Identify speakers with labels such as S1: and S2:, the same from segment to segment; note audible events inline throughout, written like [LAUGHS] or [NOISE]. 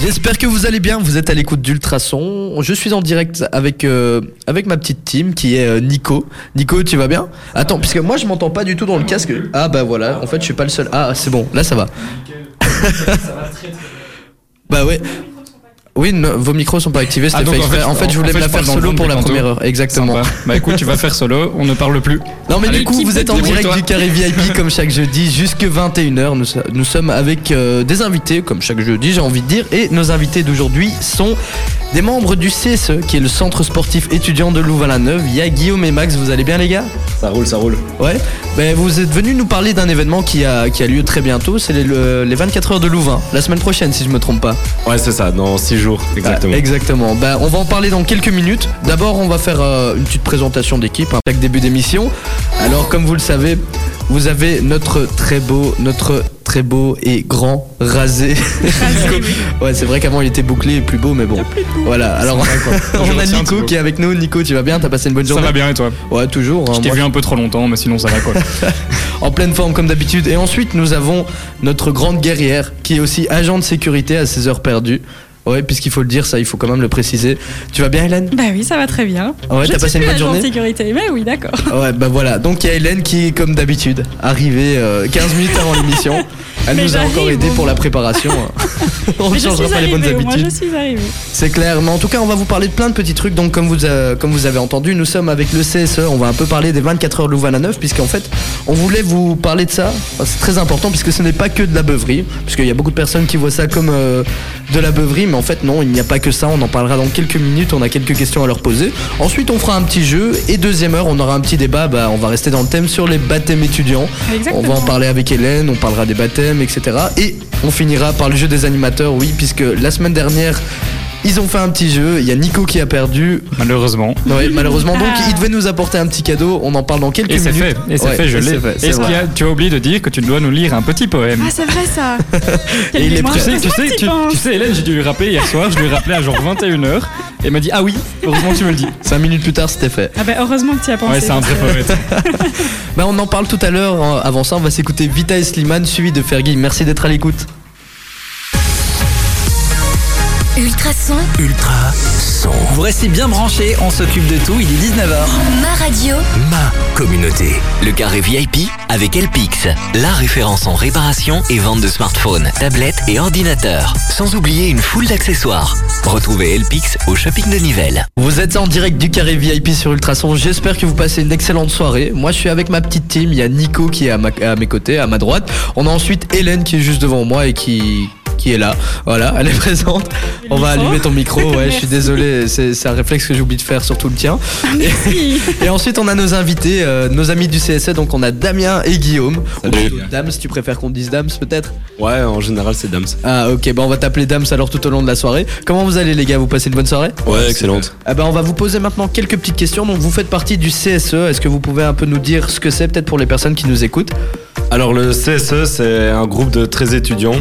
S1: J'espère que vous allez bien, vous êtes à l'écoute d'Ultrason. Je suis en direct avec, euh, avec ma petite team qui est euh, Nico. Nico, tu vas bien Attends, puisque moi je m'entends pas du tout dans le casque. Ah bah voilà, en fait je suis pas le seul. Ah c'est bon, là ça va. [LAUGHS] Bah ouais. Oui, non, vos micros sont pas activés,
S2: Ah,
S1: Stéphane.
S2: donc, en fait,
S1: en fait, je voulais
S2: en fait,
S1: me la
S2: je parle
S1: faire
S2: dans le
S1: solo
S2: monde
S1: pour
S2: des
S1: la
S2: cantos.
S1: première heure, exactement.
S2: Sympa. Bah écoute, tu vas faire solo, on ne parle plus.
S1: Non mais
S2: Allez,
S1: du coup
S2: petit
S1: vous êtes en
S2: petit
S1: direct
S2: bruit,
S1: du carré VIP comme chaque jeudi jusque 21h. Nous, so- nous sommes avec euh, des invités comme chaque jeudi j'ai envie de dire et nos invités d'aujourd'hui sont des membres du CSE qui est le centre sportif étudiant de Louvain-la-Neuve. Il y a Guillaume et Max, vous allez bien les gars
S3: Ça roule, ça roule.
S1: Ouais. Ben vous êtes venus nous parler d'un événement qui a, qui a lieu très bientôt, c'est les, le- les 24 heures de Louvain, la semaine prochaine si je me trompe pas.
S3: Ouais, c'est ça, dans 6 jours, exactement.
S1: Ah, exactement. Bah, on va en parler dans quelques minutes. D'abord, on va faire euh, une petite présentation d'équipe, hein, chaque début d'émission. Alors, comme vous le savez, vous avez notre très beau, notre très beau et grand rasé. [LAUGHS] ouais, c'est vrai qu'avant il était bouclé et plus beau, mais bon. Voilà. Alors, [LAUGHS] on a
S2: retiens,
S1: Nico
S2: Thibaut.
S1: qui est avec nous. Nico, tu vas bien T'as passé une bonne
S2: Ça
S1: journée
S2: va bien et toi
S1: Ouais, toujours. hein,
S2: Je t'ai
S1: moi,
S2: vu un peu trop longtemps, mais sinon ça
S1: [LAUGHS]
S2: va quoi.
S1: en pleine forme comme d'habitude. Et ensuite, nous avons notre grande guerrière qui est aussi agent de sécurité à ses heures perdues. Ouais, puisqu'il faut le dire, ça, il faut quand même le préciser. Tu vas bien, Hélène
S4: Bah oui, ça va très bien.
S1: Ah ouais,
S4: je
S1: t'as
S4: suis
S1: passé une
S4: plus
S1: bonne
S4: agent de
S1: journée
S4: sécurité, mais oui, d'accord.
S1: Ouais, bah voilà. Donc il y a Hélène qui est comme d'habitude arrivée euh, 15 minutes avant l'émission. Elle
S4: Mais
S1: nous a
S4: j'arrive,
S1: encore aidé
S4: au
S1: pour
S4: moins.
S1: la préparation. hein. [LAUGHS] on ne
S4: Mais je
S1: changera
S4: suis
S1: pas les bonnes
S4: arrivée, au moins,
S1: habitudes.
S4: je suis arrivée.
S1: C'est clair. Mais en tout cas, on va vous parler de plein de petits trucs. Donc comme vous, euh, comme vous avez entendu, nous sommes avec le CSE. On va un peu parler des 24 heures Louvain à 9 puisqu'en fait, on voulait vous parler de ça. Enfin, C'est très important puisque ce n'est pas que de la beuverie. Puisqu'il y a beaucoup de personnes qui voient ça comme euh, de la beuverie. Mais en fait, non, il n'y a pas que ça. On en parlera dans quelques minutes. On a quelques questions à leur poser. Ensuite, on fera un petit jeu. Et deuxième heure, on aura un petit débat. Bah, on va rester dans le thème sur les baptêmes étudiants.
S4: Exactement.
S1: On va en parler avec Hélène, on parlera des baptêmes, etc. Et on finira par le jeu des animateurs, oui, puisque la semaine dernière, ils ont fait un petit jeu. Il y a Nico qui a perdu,
S2: Malheureusement.
S1: Ouais, malheureusement. Donc,
S4: Ah.
S1: il devait nous apporter un petit cadeau. On en parle dans quelques
S2: Et c'est
S1: minutes.
S2: fait, et c'est
S1: Ouais,
S2: fait, je l'ai.
S1: c'est fait, c'est
S2: Est-ce
S1: vrai.
S2: qu'il y a- tu as oublié de dire que tu dois nous lire un petit poème
S4: Ah, c'est vrai ça
S1: Hmm. [LAUGHS] Et il est
S4: Quel
S2: tu sais,
S4: mémoire.
S2: tu, sais, tu, tu sais, Hélène, j'ai dû lui rappeler hier soir, je lui ai rappelé à genre 21h, et elle m'a dit Ah oui, heureusement que tu me le dis.
S1: Cinq minutes plus tard, c'était fait.
S4: Ah bah heureusement que tu y as pensé.
S2: Ouais, c'est un vrai poète.
S1: Bah, on en parle tout à l'heure. hein. Avant ça, on va s'écouter Vita et Slimane, suivi de Fergie. Merci d'être à l'écoute.
S5: Ultrason,
S6: Ultra son.
S7: Vous restez bien branchés, on s'occupe de tout, il est 19h.
S5: ma radio.
S6: Ma communauté. Le carré VIP avec Elpix. La référence en réparation et vente de smartphones, tablettes et ordinateurs. Sans oublier une foule d'accessoires. Retrouvez Elpix au shopping de Nivelles.
S1: Vous êtes en direct du carré VIP sur Ultrason. J'espère que vous passez une excellente soirée. Moi, je suis avec ma petite team. Il y a Nico qui est à, ma- à mes côtés, à ma droite. On a ensuite Hélène qui est juste devant moi et qui qui est là. Voilà, elle est présente. On va
S4: micro.
S1: allumer ton micro. Ouais, je suis
S4: [LAUGHS] Merci.
S1: désolé. C'est c'est un réflexe que j'oublie de faire, surtout le tien.
S4: Merci.
S1: Et ensuite, on a nos invités, euh, nos amis du CSE. Donc, on a Damien et Guillaume.
S3: Salut.
S1: Ou plutôt Dams, tu préfères qu'on dise Dams peut-être
S3: Ouais, en général, c'est Dams.
S1: Ah, ok. Bah, on va t'appeler Dams alors tout au long de la soirée. Comment vous allez, les gars Vous passez une bonne soirée
S3: Ouais, excellente.
S1: ah ben, on va vous poser maintenant quelques petites questions. Donc vous faites partie du CSE. Est-ce que vous pouvez un peu nous dire ce que c'est peut-être pour les personnes qui nous écoutent
S3: Alors, le CSE, c'est un groupe de 13 étudiants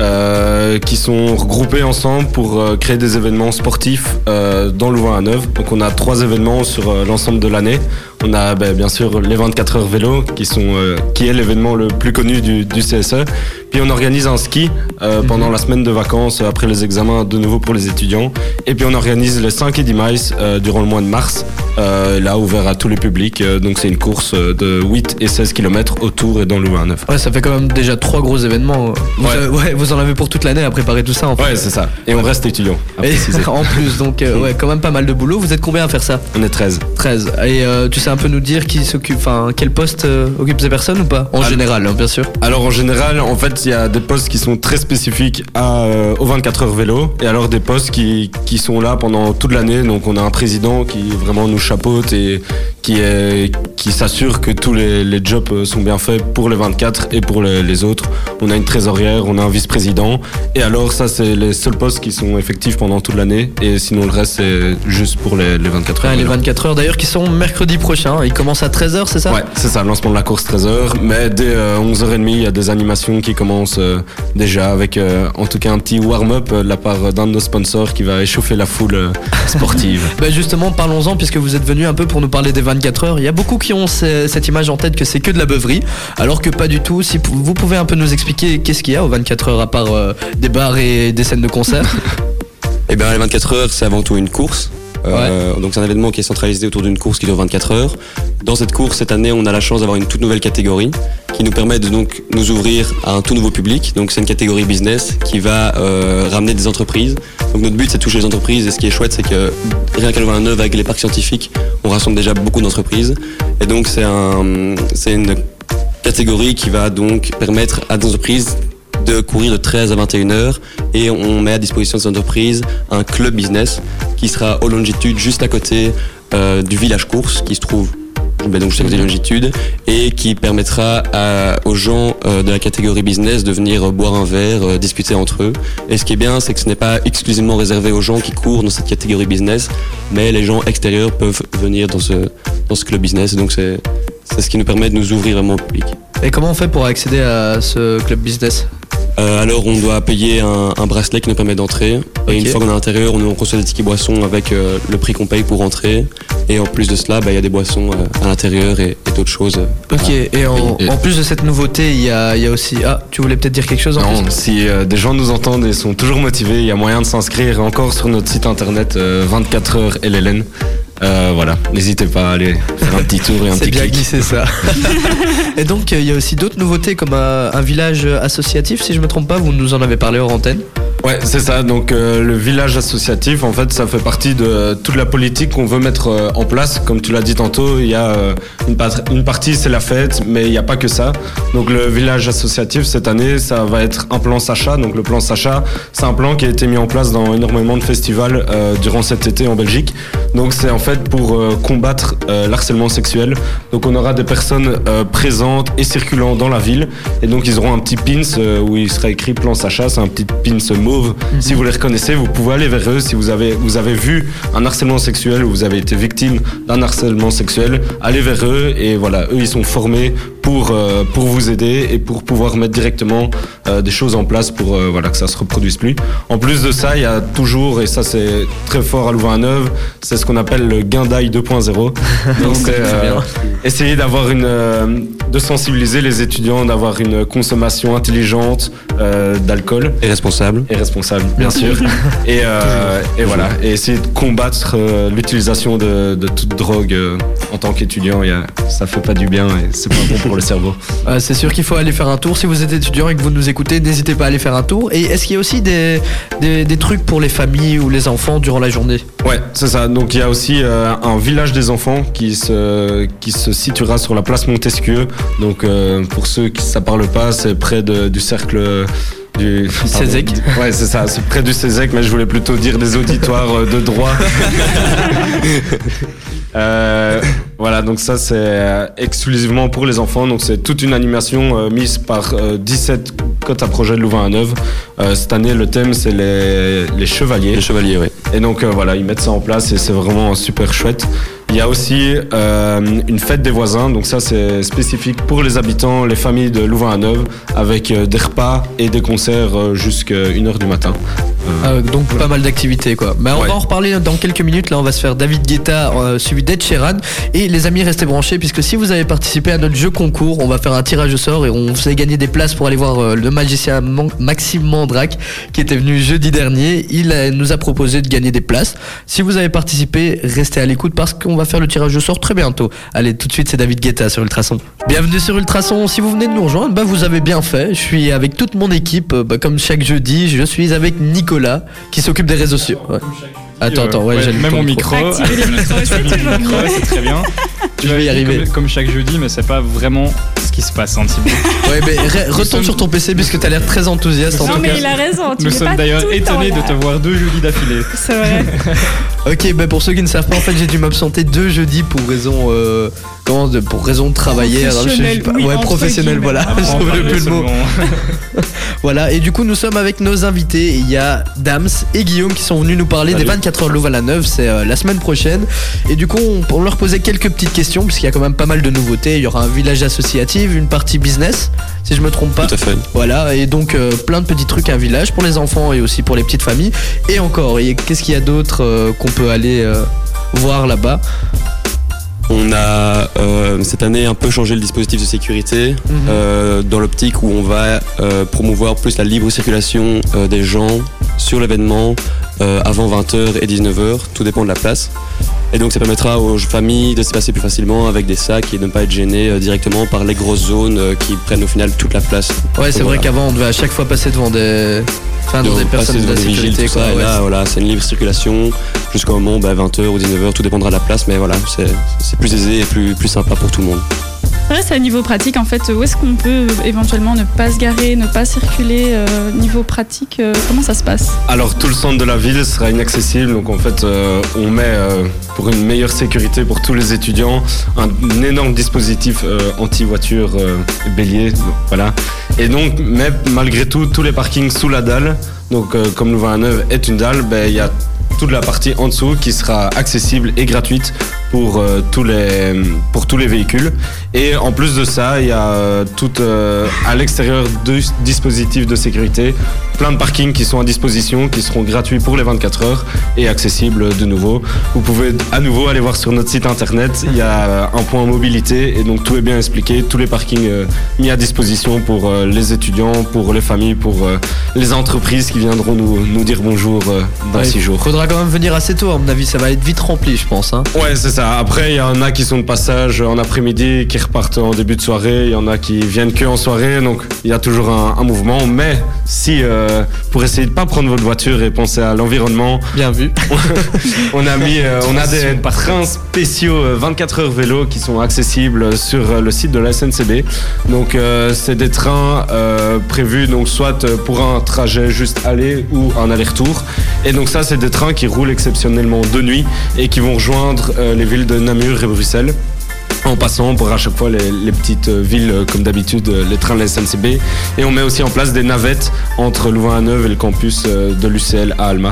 S3: euh, qui sont regroupés ensemble pour euh, créer des événements sportifs euh, dans Louvain à Neuve. Donc, on a trois événements sur euh, l'ensemble de l'année. On a ben, bien sûr les 24 heures vélo, qui, sont, euh, qui est l'événement le plus connu du, du CSE. Puis, on organise un ski euh, pendant la semaine de vacances, euh, après les examens, de nouveau pour les étudiants. Et puis, on organise les 5 et 10 miles euh, durant le mois de mars, euh, là ouvert à tous les publics. Euh, donc, c'est une course euh, de 8 et 16 km autour et dans Louvain à Neuve.
S1: Ouais, ça fait quand même déjà trois gros événements. euh. Vous,
S3: Ouais.
S1: avez- ouais, vous en avez pour toute l'année à préparer tout ça en fait.
S3: Ouais, c'est ça. Et on reste étudiant. à
S1: Et
S3: préciser.
S1: [LAUGHS] en plus, donc euh, ouais, quand même pas mal de boulot. Vous êtes combien à faire ça
S3: [LAUGHS] On est 13.
S1: 13. Et euh, tu sais un peu nous dire qui s'occupe, enfin quel poste euh, occupe ces personnes ou pas En
S3: Ah,
S1: général, hein, bien sûr.
S3: Alors en général, en fait, il y a des postes qui sont très spécifiques à, euh, aux 24 heures vélo et alors des postes qui, qui sont là pendant toute l'année. Donc on a un président qui vraiment nous chapeaute et qui, est- qui s'assure que tous les, les jobs euh, sont bien faits pour les 24 et pour les, les autres. On a une trésorière, on a un vice-président et alors ça, c'est les seuls postes qui sont effectifs pendant toute l'année et sinon le reste, c'est juste pour les, les 24 heures.
S1: Ouais, les
S3: vélo.
S1: 24 heures d'ailleurs qui sont mercredi dimanche, hein. il commence à 13h, c'est ça
S8: Ouais, c'est ça, le lancement de la course 13h. Mais dès euh, 11h30, il y a des animations qui commencent euh, déjà avec euh, en tout cas un petit warm-up euh, de la part d'un de nos sponsors qui va échauffer la foule euh, sportive.
S1: Bah justement, parlons-en puisque vous êtes venu un peu pour nous parler des 24 heures. Il y a beaucoup qui ont ce- cette image en tête que c'est que de la beuverie, alors que pas du tout. Si p- vous pouvez un peu nous expliquer qu'est-ce qu'il y a aux 24 heures à part euh, des bars et des scènes de concert. [LAUGHS]
S3: Eh bien, les 24 heures, c'est avant tout une course. Euh, Donc, c'est un événement qui est centralisé autour d'une course qui dure 24 heures. Dans cette course, cette année, on a la chance d'avoir une toute nouvelle catégorie qui nous permet de donc nous ouvrir à un tout nouveau public. Donc, c'est une catégorie business qui va euh, ramener des entreprises. Donc, notre but, c'est de toucher les entreprises. Et ce qui est chouette, c'est que rien qu'à 89 avec les parcs scientifiques, on rassemble déjà beaucoup d'entreprises. Et donc, c'est un, c'est une catégorie qui va donc permettre à des entreprises de courir de 13 à 21 heures et on met à disposition des entreprises un club business qui sera aux longitudes juste à côté euh, du village course qui se trouve ben, donc juste à côté de longitude et qui permettra à- aux gens euh, de la catégorie business de venir euh, boire un verre, euh, discuter entre eux. Et ce qui est bien, c'est que ce n'est pas exclusivement réservé aux gens qui courent dans cette catégorie business, mais les gens extérieurs peuvent venir dans ce, dans ce club business. Donc c'est c'est ce qui nous permet de nous ouvrir vraiment au public.
S1: Et comment on fait pour accéder à ce club business
S3: Euh, alors on doit payer un, un bracelet qui nous permet d'entrer.
S1: Ok.
S3: Et une fois qu'on est à l'intérieur, on, on reçoit des tickets boissons avec euh, le prix qu'on paye pour entrer. Et en plus de cela, bah, il y a des boissons euh, à l'intérieur et, et d'autres choses. euh,
S1: Ok, et en,
S8: Et-
S1: en plus de cette nouveauté, il y a, il y a aussi. Ah, tu voulais peut-être dire quelque chose en
S8: Non,
S1: plus
S8: si euh, des gens nous entendent et sont toujours motivés, il y a moyen de s'inscrire encore sur notre site internet euh, 24h LLN. Euh, voilà, n'hésitez pas à aller faire un petit tour et un
S1: C'est
S8: petit
S1: bien
S8: clic.
S1: glissé
S8: [LAUGHS]
S1: ça. et donc, euh, il y a aussi d'autres nouveautés comme euh, un village associatif, si je me trompe pas, vous nous en avez parlé hors antenne.
S8: Ouais, c'est ça. Donc euh, le village associatif, en fait, ça fait partie de euh, toute la politique qu'on veut mettre euh, en place. Comme tu l'as dit tantôt, il y a euh, une, pat- une partie, c'est la fête, mais il n'y a pas que ça. Donc le village associatif cette année, ça va être un plan Sacha. Donc le plan Sacha, c'est un plan qui a été mis en place dans énormément de festivals euh, durant cet été en Belgique. Donc c'est en fait pour euh, combattre euh, l'harcèlement sexuel. Donc on aura des personnes euh, présentes et circulant dans la ville. Et donc ils auront un petit pins euh, où il sera écrit plan Sacha, c'est un petit pins mauve. Si vous les reconnaissez, vous pouvez aller vers eux. Si vous avez, vous avez vu un harcèlement sexuel ou vous avez été victime d'un harcèlement sexuel, allez vers eux. Et voilà, eux ils sont formés pour, euh, pour vous aider et pour pouvoir mettre directement euh, des choses en place pour euh, voilà, que ça se reproduise plus. En plus de ça, il y a toujours, et ça c'est très fort à Louvain-Neuve, c'est ce qu'on appelle le gain d'ail 2.0. Donc c'est euh, essayer d'avoir une, euh, de sensibiliser les étudiants, d'avoir une consommation intelligente euh, d'alcool
S3: Et responsable.
S8: et responsable, bien sûr. et, euh, et voilà, et essayer de combattre euh, l'utilisation de, de toute drogue euh, en tant qu'étudiant, il y a- ça fait pas du bien et c'est pas bon pour le cerveau.
S1: Euh, c'est sûr qu'il faut aller faire un tour. Si vous êtes étudiant et que vous nous écoutez, n'hésitez pas à aller faire un tour. Et est-ce qu'il y a aussi des, des, des trucs pour les familles ou les enfants durant la journée
S8: Ouais, c'est ça. Donc il y a aussi euh, un village des enfants qui se qui se situera sur la place Montesquieu. Donc euh, pour ceux qui ça parle pas, c'est près de- du cercle euh, du pardon.
S1: Cézec.
S8: Ouais, c'est ça, c'est près du Cézec, mais je voulais plutôt dire des auditoires euh, de droit. Euh, voilà, donc ça c'est euh, exclusivement pour les enfants. Donc c'est toute une animation euh, mise par euh, 17 cotes à projet de Louvain à Neuve. Euh, cette année, le thème c'est les, les chevaliers.
S3: Les chevaliers, oui.
S8: Et donc euh, voilà, ils mettent ça en place et c'est vraiment super chouette. Il y a aussi euh, une fête des voisins, donc ça c'est spécifique pour les habitants, les familles de Louvain-à-Neuve, avec euh, des repas et des concerts euh, jusqu'à 1h du matin.
S1: Euh, Donc pas mal d'activités quoi. Bah, on
S8: Ouais.
S1: va en reparler dans quelques minutes. Là, on va se faire David Guetta euh, suivi d'Ed Sheeran. Et les amis, restez branchés puisque si vous avez participé à notre jeu concours, on va faire un tirage au sort et on vous a gagné des places pour aller voir euh, le magicien Man- Maxime Mandrac qui était venu jeudi dernier. Il euh, nous a proposé de gagner des places. Si vous avez participé, restez à l'écoute parce qu'on va faire le tirage au sort très bientôt. Allez, tout de suite, c'est David Guetta sur Ultrason. Bienvenue sur Ultrason. Si vous venez de nous rejoindre, bah, vous avez bien fait. Je suis avec toute mon équipe. Euh, bah, comme chaque jeudi, je suis avec Nicolas qui s'occupe des réseaux sociaux. Ouais. Attends, attends, ouais, j'allume
S2: euh, Même
S1: ton
S2: mon micro.
S4: Activer les micros,
S2: Activer
S4: c'est
S2: le
S4: toujours
S2: micro,
S4: mieux.
S2: c'est très bien.
S1: Je vais y arriver.
S2: Comme, comme chaque jeudi, mais c'est pas vraiment ce qui se passe hein, un petit peu.
S1: Ouais, mais re- retourne
S2: sommes-
S1: sur ton PC puisque t'as l'air très enthousiaste en
S4: Non,
S1: tout
S4: mais
S1: cas.
S4: il a raison. Ah, Tu
S2: Nous
S4: n'es pas
S2: sommes d'ailleurs
S4: tout le temps
S2: étonnés de
S4: là.
S2: te voir deux jeudis d'affilée.
S4: C'est vrai.
S1: Ok, bah pour ceux qui ne savent pas, en fait, j'ai dû m'absenter deux jeudis pour raison, euh, comment, de- pour raison de travailler. Alors, je- je-
S4: Professionnelle, oui,
S1: ouais,
S4: entre
S1: professionnel,
S4: guillemets.
S1: voilà. [LAUGHS]
S2: Après,
S1: Je
S2: on
S1: trouve
S2: parlait
S1: le plus le mot.
S2: seulement-
S1: Voilà, et du coup, nous sommes avec nos invités. Il y a Dams et Guillaume qui sont venus nous parler des 24 heures Louvain la Neuve. C'est euh, la semaine prochaine. Et du coup, on, on leur posait quelques petites questions, puisqu'il y a quand même pas mal de nouveautés. Il y aura un village associatif, une partie business, si je me trompe pas.
S3: Tout à fait.
S1: Voilà, et donc euh, plein de petits trucs, un village pour les enfants et aussi pour les petites familles. Et encore, et qu'est-ce qu'il y a d'autre euh, qu'on peut aller euh, voir là-bas
S3: On a euh, cette année un peu changé le dispositif de sécurité euh, dans l'optique où on va euh, promouvoir plus la libre circulation euh, des gens sur l'événement euh, avant 20h et 19h, tout dépend de la place. Et donc ça permettra aux familles de se passer plus facilement avec des sacs et de ne pas être gênées euh, directement par les grosses zones euh, qui prennent au final toute la place.
S1: Ouais, c'est vrai
S3: Voilà.
S1: qu'avant, on devait à chaque fois passer devant des, enfin, Ah, dans
S3: Donc,
S1: des
S3: passer
S1: personnes de
S3: devant
S1: la
S3: des vigiles,
S1: sécurité.
S3: tout
S1: quoi,
S3: ça, et
S1: ouais.
S3: là, voilà, c'est une libre circulation jusqu'au moment 20h ou 19h, tout dépendra de la place, mais voilà, c'est c'est plus aisé et plus, plus sympa pour tout le monde.
S4: Ouais, c'est à niveau pratique en fait. Où est-ce qu'on peut euh, éventuellement ne pas se garer, ne pas circuler euh, Niveau pratique, euh, comment ça se passe
S8: Alors tout le centre de la ville sera inaccessible, donc en fait euh, on met euh, pour une meilleure sécurité pour tous les étudiants un, un énorme dispositif euh, anti-voiture euh, bélier, voilà. Et donc mais malgré tout tous les parkings sous la dalle, donc euh, comme Louvain Neuve est une dalle, ben, il y a toute la partie en dessous qui sera accessible et gratuite pour, euh, tous, les, pour tous les véhicules. Et en plus de ça, il y a euh, tout euh, à l'extérieur du dispositif de sécurité, plein de parkings qui sont à disposition, qui seront gratuits pour les 24 heures et accessibles euh, de nouveau. Vous pouvez à nouveau aller voir sur notre site internet, il y a euh, un point mobilité et donc tout est bien expliqué, tous les parkings euh, mis à disposition pour euh, les étudiants, pour les familles, pour euh, les entreprises qui viendront nous, nous dire bonjour euh, dans
S1: Ouais,
S8: six jours.
S1: Faudra quand même venir assez tôt, à mon avis, ça va être vite rempli, je pense. hein.
S8: Ouais, c'est ça. Après, il y en a qui sont de passage en après-midi, qui repartent en début de soirée. Il y en a qui viennent que en soirée. Donc, il y a toujours un, un mouvement. Mais si, euh, pour essayer de pas prendre votre voiture et penser à l'environnement,
S1: Bien vu.
S8: on a mis, euh, on a des trains spéciaux euh, 24 heures vélo qui sont accessibles sur euh, le site de la SNCB. Donc euh, c'est des trains euh, prévus donc soit euh, pour un trajet juste aller ou un aller-retour. Et donc ça c'est des trains qui roulent exceptionnellement de nuit et qui vont rejoindre euh, les villes de Namur et Bruxelles. En passant pour à chaque fois les, les petites euh, villes, euh, comme d'habitude, euh, les trains de la SNCB. Et on met aussi en place des navettes entre Louvain-la-Neuve et le campus euh, de l'UCL à Alma.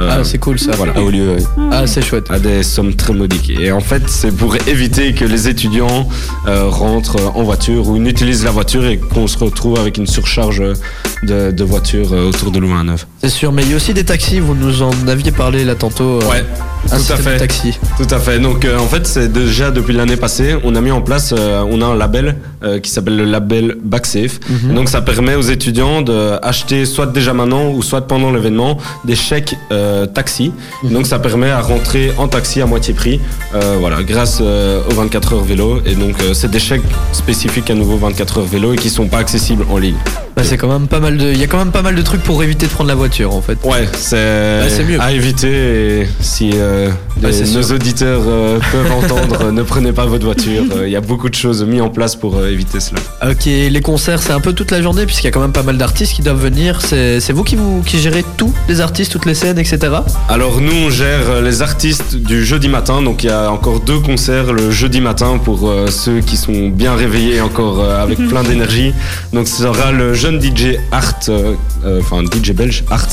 S8: Euh,
S1: Ah, c'est cool ça.
S8: voilà.
S3: À haut lieu, ouais.
S1: Ah, c'est chouette.
S8: à des sommes très modiques. Et en fait, c'est pour éviter que les étudiants euh, rentrent euh, en voiture ou n'utilisent la voiture et qu'on se retrouve avec une surcharge euh, de, de voitures euh, autour de Louvain Neuve.
S1: C'est sûr, mais il y a aussi des taxis, vous nous en aviez parlé là tantôt. euh,
S8: Ouais,
S1: un
S8: tout à
S1: système de
S8: fait.
S1: taxi.
S8: Tout à fait. Donc euh, en fait, c'est déjà depuis l'année passée, on a mis en place, euh, on a un label euh, qui s'appelle le label Backsafe.
S1: Mhm.
S8: Donc ça permet aux étudiants d'acheter soit déjà maintenant ou soit pendant l'événement des chèques euh, taxi.
S1: Mhm.
S8: Donc ça permet à rentrer en taxi à moitié prix. euh, voilà, grâce euh, aux 24 heures vélo. Et donc euh, c'est des chèques spécifiques à nouveau 24 heures vélo et qui sont pas accessibles en ligne.
S1: Bah, c'est quand même pas mal de. Il y a quand même pas mal de trucs pour éviter de prendre la voiture en fait.
S8: Ouais, c'est
S1: Ouais, Bah, c'est mieux.
S8: à éviter. et si euh,
S1: Ouais,
S8: les-
S1: c'est sûr.
S8: nos auditeurs euh,
S1: [LAUGHS]
S8: peuvent entendre, euh, ne prenez pas votre voiture. Euh, Il y a beaucoup de choses mises en place pour euh, éviter cela.
S1: Ok, les concerts c'est un peu toute la journée puisqu'il y a quand même pas mal d'artistes qui doivent venir. C'est c'est vous qui vous qui gérez tous les artistes, toutes les scènes, etc.
S8: Alors nous, on gère euh, les artistes du jeudi matin. Donc il y a encore deux concerts le jeudi matin pour euh, ceux qui sont bien réveillés encore euh, avec plein d'énergie. Donc ce sera le jeune DJ Art, euh, euh, enfin DJ belge Art,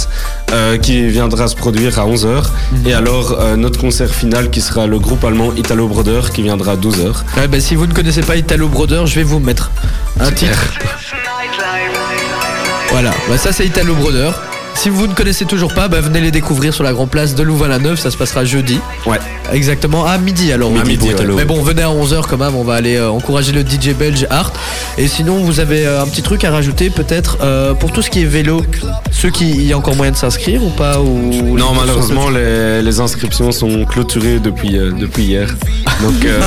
S8: euh, qui viendra se produire à 11h. Et alors euh, notre concert final qui sera le groupe allemand Italo Broder qui viendra à 12h.
S1: Ouais, bah, si vous ne connaissez pas Italo Broder, je vais vous mettre un titre. Voilà, bah, ça c'est Italo Broder. Si vous ne connaissez toujours pas, bah, venez les découvrir sur la grande place de Louvain-la-Neuve, ça se passera jeudi.
S8: Ouais.
S1: Exactement, à midi alors.
S3: Midi pour
S1: ouais.
S3: Italo.
S1: Mais bon, venez à 11h quand même, on va aller euh, encourager le DJ belge Art. Et sinon, vous avez euh, un petit truc à rajouter peut-être euh, pour tout ce qui est vélo, ceux qui il y a encore moyen de s'inscrire ou pas ou...
S8: Non, malheureusement, les, les inscriptions sont clôturées depuis, euh, depuis hier. Donc, euh,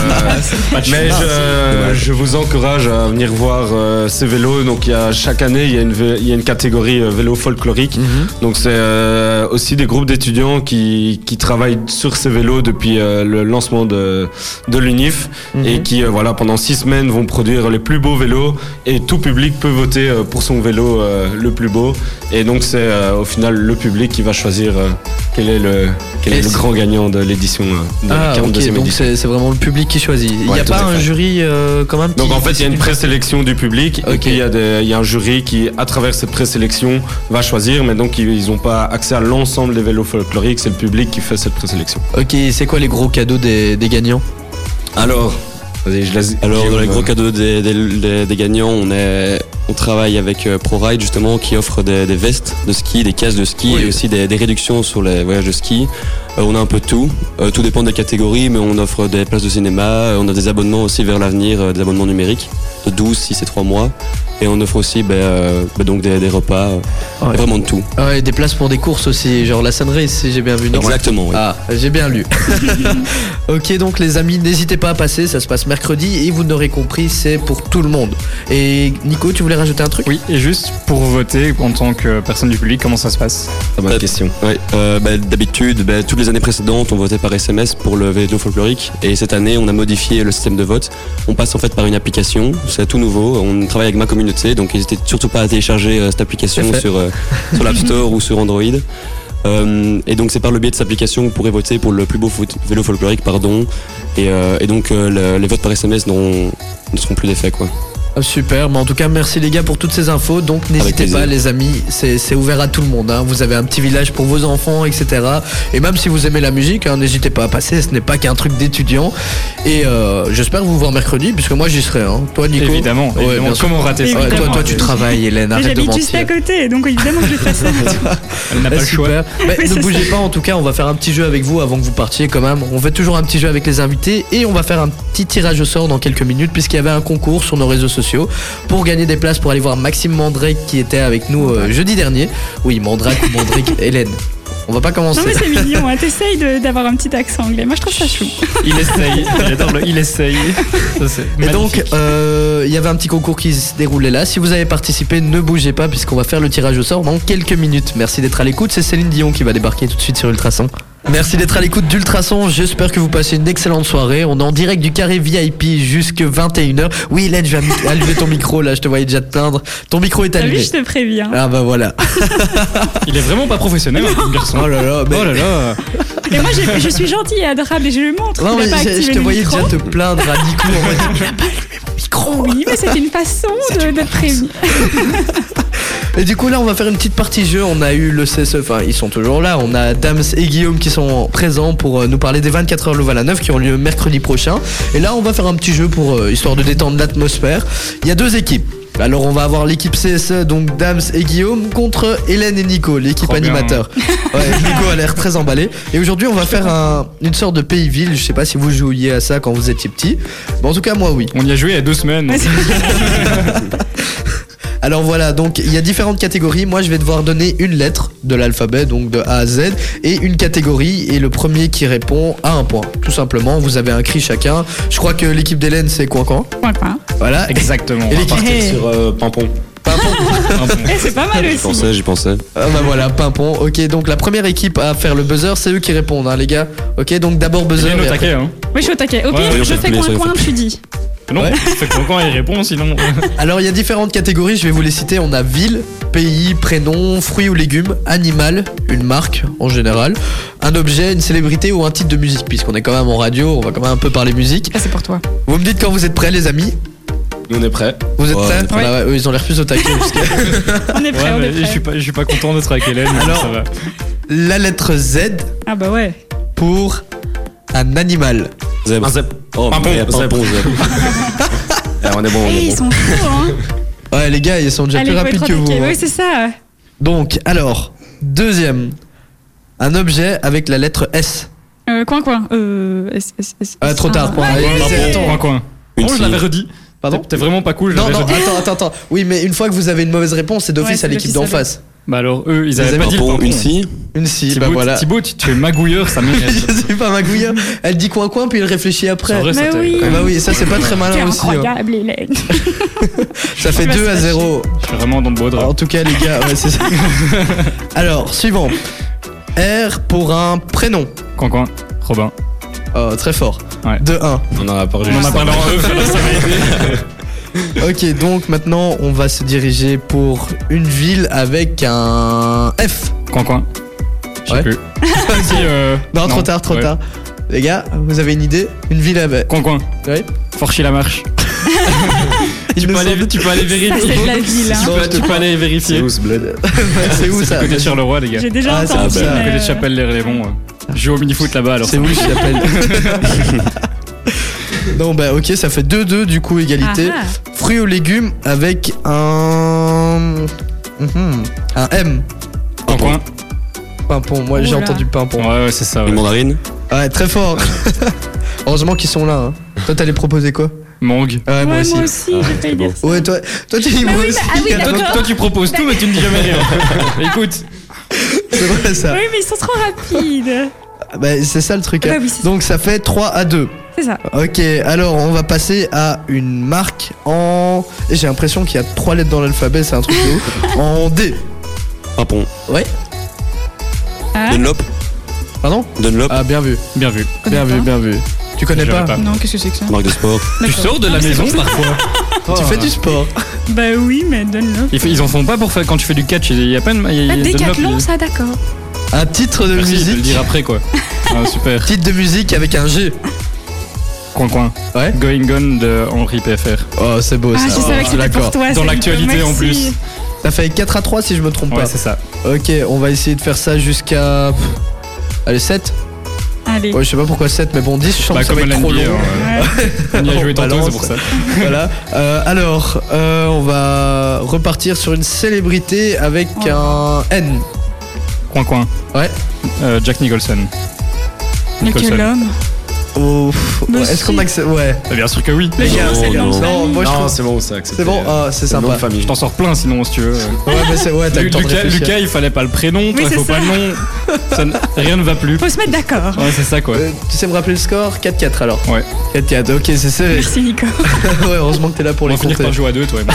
S8: mais je, je vous encourage à
S1: Mhm.
S8: venir voir euh, ces vélos. Donc, il y a, chaque année, il y a une, vé- il y a une catégorie euh, vélo folklorique. Donc c'est euh, aussi des groupes d'étudiants qui, qui travaillent sur ces vélos depuis euh, le lancement de, de l'UNIF
S1: Mhm.
S8: et qui euh, voilà pendant six semaines vont produire les plus beaux vélos et tout public peut voter euh, pour son vélo euh, le plus beau et donc c'est euh, au final le public qui va choisir euh, quel est le quel est
S1: Et
S8: le
S1: c'est-
S8: grand gagnant de l'édition euh, de
S1: Ah,
S8: la
S1: ok,
S8: 42e
S1: donc
S8: édition.
S1: c'est c'est vraiment le public qui choisit. Il n'y
S8: Ouais,
S1: a
S8: tout
S1: pas
S8: à
S1: un
S8: fait.
S1: jury euh, quand même
S8: Donc
S1: qui-
S8: en fait, il y a une présélection du public
S1: Ok.
S8: et puis il y, a des- il y a un jury qui, à travers cette présélection, va choisir, mais donc ils n'ont pas accès à l'ensemble des vélos folkloriques, c'est le public qui fait cette présélection.
S1: Ok, c'est quoi les gros cadeaux des, des gagnants
S3: Alors,
S8: Vas-y, je laisse.
S3: Alors, dans les
S8: Guillaume,
S3: gros
S8: euh,
S3: cadeaux des, des- des- des gagnants, on, est, on travaille avec euh, ProRide justement qui offre des, des vestes de ski, des cases de ski
S1: Oui.
S3: et aussi des, des réductions sur les voyages de ski. Euh, on a un peu de tout. Euh, tout dépend des catégories, mais on offre des places de cinéma, euh, on a des abonnements aussi vers l'avenir, euh, des abonnements numériques de 12, 6 et 3 mois. Et on offre aussi ben, euh, ben, donc des, des repas, euh,
S1: Ouais.
S3: vraiment de tout.
S1: Ah, et des places pour des courses aussi, genre la sonnerie, si j'ai bien vu. non
S3: Exactement. oui.
S1: Ah, j'ai bien
S8: [LAUGHS]
S1: lu. ok, donc les amis, n'hésitez pas à passer, ça se passe mercredi et vous n'aurez compris, c'est pour tout le monde. Et Nico, tu voulais rajouter un truc
S2: Oui, et juste pour voter en tant que personne du public, comment ça se passe
S8: pas mal de questions.
S3: Ouais, euh, bah, d'habitude, bah, toutes les années précédentes, on votait par SMS pour le vélo folklorique. Et cette année, on a modifié le système de vote. On passe en fait par une application. C'est tout nouveau. On travaille avec ma communauté. Donc, n'hésitez surtout pas à télécharger euh, cette application
S1: C'est fait.
S3: sur, euh, sur l'App Store ou sur Android. Euh, et donc, c'est par le biais de cette application que vous pourrez voter pour le plus beau foot- vélo folklorique. Pardon. Et, euh, et donc, euh, le- les votes par SMS n'auront- ne seront plus d'effet. quoi.
S1: Ah, Super, mais en tout cas, merci les gars pour toutes ces infos. Donc n'hésitez
S3: plaisir.
S1: pas, les amis, c'est c'est ouvert à tout le monde. hein. Vous avez un petit village pour vos enfants, etc. Et même si vous aimez la musique, hein, n'hésitez pas à passer, ce n'est pas qu'un truc d'étudiant. Et euh, j'espère vous voir mercredi, puisque moi j'y serai. hein. Toi, Nico
S2: Évidemment,
S1: Ouais,
S2: évidemment.
S1: bien sûr.
S2: comment rater ça
S1: Ouais, toi, toi, tu travailles, Hélène,
S4: Mais
S1: arrête de
S4: J'habite
S1: mentir.
S4: juste à côté, donc évidemment que je
S1: [LAUGHS]
S4: ferai ça.
S2: Elle n'a pas
S1: Ah,
S2: le choix.
S1: super.
S4: [LAUGHS]
S1: Mais
S4: Oui,
S1: ne
S4: c'est
S1: bougez pas en tout cas, on va faire un petit jeu avec vous avant que vous partiez quand même. On fait toujours un petit jeu avec les invités et on va faire un petit tirage au sort dans quelques minutes puisqu'il y avait un concours sur nos réseaux sociaux pour gagner des places pour aller voir Maxime Mandrake qui était avec nous euh, jeudi dernier. Oui, Mandrake ou
S4: [LAUGHS]
S1: Mandrake, Hélène. On va pas
S4: Non
S1: commencer.
S4: mais c'est mignon, hein. t'essayes de- d'avoir un petit accent anglais. Moi je trouve ça chou.
S2: Il essaye. J'adore le il essaye. Ça, c'est
S1: Et
S2: magnifique.
S1: donc, euh, il y avait un petit concours qui se déroulait là. Si vous avez participé, ne bougez pas puisqu'on va faire le tirage au sort dans quelques minutes. Merci d'être à l'écoute. C'est Céline Dion qui va débarquer tout de suite sur Ultrason. Merci d'être à l'écoute d'Ultrason. J'espère que vous passez une excellente soirée. On est en direct du carré VIP jusque 21h. Oui, Hélène, je vais am- [LAUGHS] allumer ton micro là. Je te voyais déjà te plaindre. Ton micro est
S4: T'as vu,
S1: allumé.
S4: je te préviens.
S1: Ah bah voilà.
S2: il est vraiment pas professionnel, hein, le garçon.
S1: Oh là là. mais-
S2: Oh là là.
S4: Et moi j'ai- je suis gentille et adorable et je le montre.
S1: Non,
S4: Il a
S1: mais
S4: pas
S1: je, je
S4: activé
S1: te
S4: le
S1: voyais
S4: micro.
S1: déjà te plaindre à Nico en mode, Il a pas allumé mon micro.
S4: Oui, mais c'est une façon de, de prévenir.
S1: Et du coup là on va faire une petite partie jeu, on a eu le CSE, enfin ils sont toujours là, on a Dams et Guillaume qui sont présents pour euh, nous parler des 24 heures Louvain la 9 qui ont lieu mercredi prochain. Et là on va faire un petit jeu pour euh, histoire de détendre l'atmosphère. Il y a deux équipes. Alors on va avoir l'équipe CSE, donc Dams et Guillaume, contre Hélène et Nico, l'équipe
S2: Trop bien. [LAUGHS]
S1: animateur. Ouais, Nico a l'air très emballé. Et aujourd'hui on va faire un- une sorte de pays-ville, je sais pas si vous jouiez à ça quand vous étiez petit. Mais en tout cas moi oui.
S2: On y a joué il y a deux semaines.
S4: Mais c'est-
S1: Alors voilà, donc il y a différentes catégories. Moi, je vais devoir donner une lettre de l'alphabet, donc de A à Z, et une catégorie. Et le premier qui répond a un point. Tout simplement, vous avez un cri chacun. Je crois que l'équipe d'Hélène, c'est coin coin.
S4: Point, point.
S1: Voilà.
S2: Exactement.
S1: Et l'équipe-
S4: Hey.
S8: Sur euh, Pampon.
S4: Eh, c'est pas mal
S3: J'y
S4: aussi.
S3: pensais, j'y pensais.
S1: Ah bah voilà, pimpon. Ok, donc la première équipe à faire le buzzer, c'est eux qui répondent, hein, les gars. Ok, donc d'abord
S2: Il
S1: buzzer.
S2: est
S1: et
S2: au
S1: après-
S2: taquet, hein.
S4: Oui, je suis au taquet. Au
S2: Ouais,
S4: pire,
S3: ouais,
S4: je
S3: ouais,
S4: fais
S3: ouais, ouais,
S4: coin-coin, tu dis.
S2: Non,
S1: Ouais.
S2: fait que quand il répond, sinon.
S1: Alors il y a différentes catégories, je vais vous les citer. On a ville, pays, prénom, fruits ou légumes, animal, une marque en général, un objet, une célébrité ou un titre de musique, puisqu'on est quand même en radio, on va quand même un peu parler musique.
S4: Ah, c'est pour toi.
S1: Vous me dites quand vous êtes prêts les amis
S8: Nous, on est prêts.
S1: Vous êtes
S3: Ouais,
S1: prêts
S3: on est
S4: prêts.
S1: Bah ouais, eux, Ils ont l'air plus au taquet. parce
S3: [LAUGHS]
S1: que-
S4: On est prêt,
S2: Ouais,
S4: on
S2: mais je
S4: est
S2: suis
S4: prêt.
S2: pas, je suis pas content d'être avec Hélène. mais
S1: Alors-
S2: ça va.
S1: La lettre Z
S4: Ah bah ouais.
S1: pour un animal.
S3: Zèbre.
S8: Un zèbre.
S3: Oh,
S8: Pimpon,
S3: merde,
S8: zèbre.
S3: pimpon,
S8: [LAUGHS]
S3: zèbre.
S8: Eh, on est bon, on
S4: Eh,
S8: est
S4: ils
S8: bon.
S4: sont fous, hein.
S1: Ouais les gars, ils sont déjà
S4: Allez,
S1: plus
S4: faut être
S1: rapides
S4: au
S1: que vous.
S4: taquet.
S1: hein.
S4: Oui, c'est ça.
S1: Donc alors, deuxième, un objet avec la lettre S.
S4: Euh, Coin, coin. Euh, S, S, S,
S1: Ah,
S4: S,
S1: trop
S4: un.
S1: tard. point.
S4: Allez.
S1: Allez, c'est- attends.
S2: Coin, coin.
S3: Une
S2: Oh, je
S3: fille.
S2: l'avais redit.
S1: Pardon
S2: T'es vraiment pas cool, je
S1: Non,
S2: l'avais
S1: non,
S2: redit.
S1: attends, attends, attends. Oui, mais une fois que vous avez une mauvaise réponse, c'est d'office
S4: Ouais, c'est
S1: à l'équipe
S4: d'office
S1: d'en
S4: à
S1: face.
S2: Bah alors, eux, ils avaient
S1: avaient
S2: pas
S3: Un
S2: dit le
S3: pont,
S2: tampon.
S3: une fille.
S1: Une si,
S2: Thibaut,
S1: bah voilà.
S2: Thibaut, tu, tu es magouilleur, ça m'énerve.
S1: [LAUGHS] Je sais pas, magouilleur. Elle dit coin-coin, puis elle réfléchit après.
S2: C'est vrai, ça
S4: Mais
S2: t'a-
S4: oui.
S1: Ah bah oui, ça c'est pas très
S4: C'est
S1: malin aussi. hein.
S4: incroyable, il est.
S1: Ça fait
S4: Je me
S1: 2 à
S4: suis
S1: 0.
S2: Je suis vraiment dans le beau drap.
S1: En tout cas, les gars, ouais, c'est ça. [LAUGHS] Alors, suivant. R pour un prénom.
S2: Coin, coin, Robin.
S1: Oh, très fort.
S2: Ouais.
S1: De 1.
S8: On en a parlé.
S2: On en
S8: juste
S2: a
S8: avant.
S2: parlé en eux, ça m'a aidé.
S1: Ok, donc maintenant on va se diriger pour une ville avec un F.
S2: Coin, coin. Je sais
S1: Ouais. [LAUGHS]
S2: plus. Si, euh,
S1: Non, trop tard, trop
S2: ouais.
S1: tard. Les gars, vous avez une idée Une ville avec.
S2: Coin, coin.
S1: Ouais.
S2: Forchy la marche. tu, peux aller, tu peux
S1: [LAUGHS]
S2: aller
S4: Ça, c'est
S2: vérifier.
S4: de la ville. hein.
S2: Tu peux- tu peux aller
S8: C'est
S2: vérifier.
S8: où ce bled
S1: c'est où ça
S2: Tu connais Charleroi, les gars.
S4: J'ai déjà
S1: Ah, ça,
S4: entendu.
S1: bah,
S2: Tu
S4: mais,
S2: connais
S4: euh,
S2: Chapelle, les Rélévons. Je joue au mini-foot là-bas alors.
S1: C'est où je l'appelle [LAUGHS] Non, bah ok, ça fait 2-2 du coup, égalité.
S4: ah,
S1: Fruits ou légumes avec un. Mhm, Un M.
S2: Coin, coin.
S1: Pimpon, moi j'ai
S4: Oula.
S1: entendu pimpon.
S2: Ouais, ouais, c'est ça. ouais.
S3: Une mandarine.
S1: Ouais, très fort. Heureusement qu'ils sont là. hein. Toi, t'allais proposer quoi
S2: Mangue.
S1: Ouais,
S4: ouais,
S1: moi aussi.
S4: moi aussi, j'ai failli dire ça.
S1: Ouais, toi, toi t'es
S4: Mais
S1: moi
S4: oui,
S1: aussi.
S4: mais- ah oui,
S2: Toi,
S4: D'accord.
S2: toi, tu proposes tout mais tu ne dis jamais rien. [LAUGHS] Écoute,
S1: [LAUGHS] c'est vrai ça.
S4: Oui, mais ils sont trop rapides.
S1: Bah, c'est ça le truc.
S4: Ah
S1: hein.
S4: oui, c'est ça.
S1: Donc ça fait 3 à 2.
S4: C'est ça.
S1: Ok, alors on va passer à une marque en. Et J'ai l'impression qu'il y a 3 lettres dans l'alphabet, c'est un truc de ouf. En D.
S3: Un pont.
S4: Ah,
S3: Dunlop.
S1: Pardon
S3: Dunlop.
S1: Ah, bien vu.
S2: bien vu.
S1: Bien vu, bien vu. Tu connais
S2: J'aurais
S1: pas, Ah,
S2: pas.
S4: Non, qu'est-ce que c'est que ça
S3: Marque de sport.
S2: Tu
S4: D'accord.
S2: sors de la maison parfois.
S1: Tu fais du sport.
S4: Bah oui, mais donne-le.
S2: Ils, fa- ils en font pas pour faire quand tu fais du catch. Il y a pas de. il y a-
S4: Ah,
S2: il y a de
S4: Décathlon,
S2: meubles.
S4: ça, d'accord.
S1: Un titre de
S2: Merci de le
S1: musique.
S2: dire après quoi. Ah, super.
S1: Titre de musique avec un G.
S2: Coin coin.
S1: Ouais.
S2: Going Gone de Henri PFR.
S1: Oh, c'est beau
S4: Ah,
S1: ça.
S4: je savais que c'était pour
S1: D'accord.
S4: toi.
S2: Dans
S4: c'est-
S2: l'actualité, en
S4: merci.
S2: plus.
S1: Ça fait 4 à 3 si je me trompe
S2: Ouais,
S1: pas.
S2: c'est ça.
S1: Ok, on va essayer de faire ça jusqu'à. pff, Allez, 7
S4: Allez.
S1: Ouais, je sais pas pourquoi 7, mais bon, 10, je sens
S2: Bah,
S1: que ça va
S2: comme à
S1: être
S2: l'NBA.
S1: trop long.
S2: hein,
S4: Ouais.
S2: ouais. [LAUGHS] On y a
S1: On
S2: joué tantôt,
S1: balance.
S2: c'est pour ça.
S1: Voilà. Euh, alors, euh, on va repartir sur une célébrité avec
S4: Oh.
S1: un N.
S2: Coin coin.
S1: Ouais.
S2: Euh, Jack Nicholson.
S4: Mais
S2: Nicholson.
S4: quel homme.
S1: Oh, pff,
S4: Mais
S1: ouais, Est-ce
S4: si.
S1: qu'on accepte Ouais.
S2: Bah, bien sûr que oui.
S1: Les gars,
S3: Non,
S1: c'est
S3: non.
S1: non. Non, moi je
S8: Non,
S1: trouve.
S8: c'est bon, c'est accepté.
S1: C'est bon, ah, c'est
S8: C'est le nom de
S1: sympa.
S8: famille.
S2: Je t'en sors plein sinon si tu veux.
S1: Ouais, mais c'est ouais, t'as le temps de
S2: Lucas,
S1: réfléchir.
S2: Lucas, il fallait pas le prénom, toi,
S4: Oui,
S2: il
S4: c'est
S2: faut pas
S4: ça.
S2: le
S4: [LAUGHS]
S2: nom. Ça n- rien ne va plus.
S4: Faut se mettre d'accord.
S2: Ouais, c'est ça quoi.
S1: Euh, tu sais me rappeler le score 4-4 alors
S2: Ouais.
S1: 4-4, ok, c'est serré.
S4: Merci, Nico.
S1: [LAUGHS] ouais, heureusement que t'es là pour
S2: On va
S1: les
S2: finir
S1: compter.
S2: par jouer à deux, toi. et [LAUGHS] moi.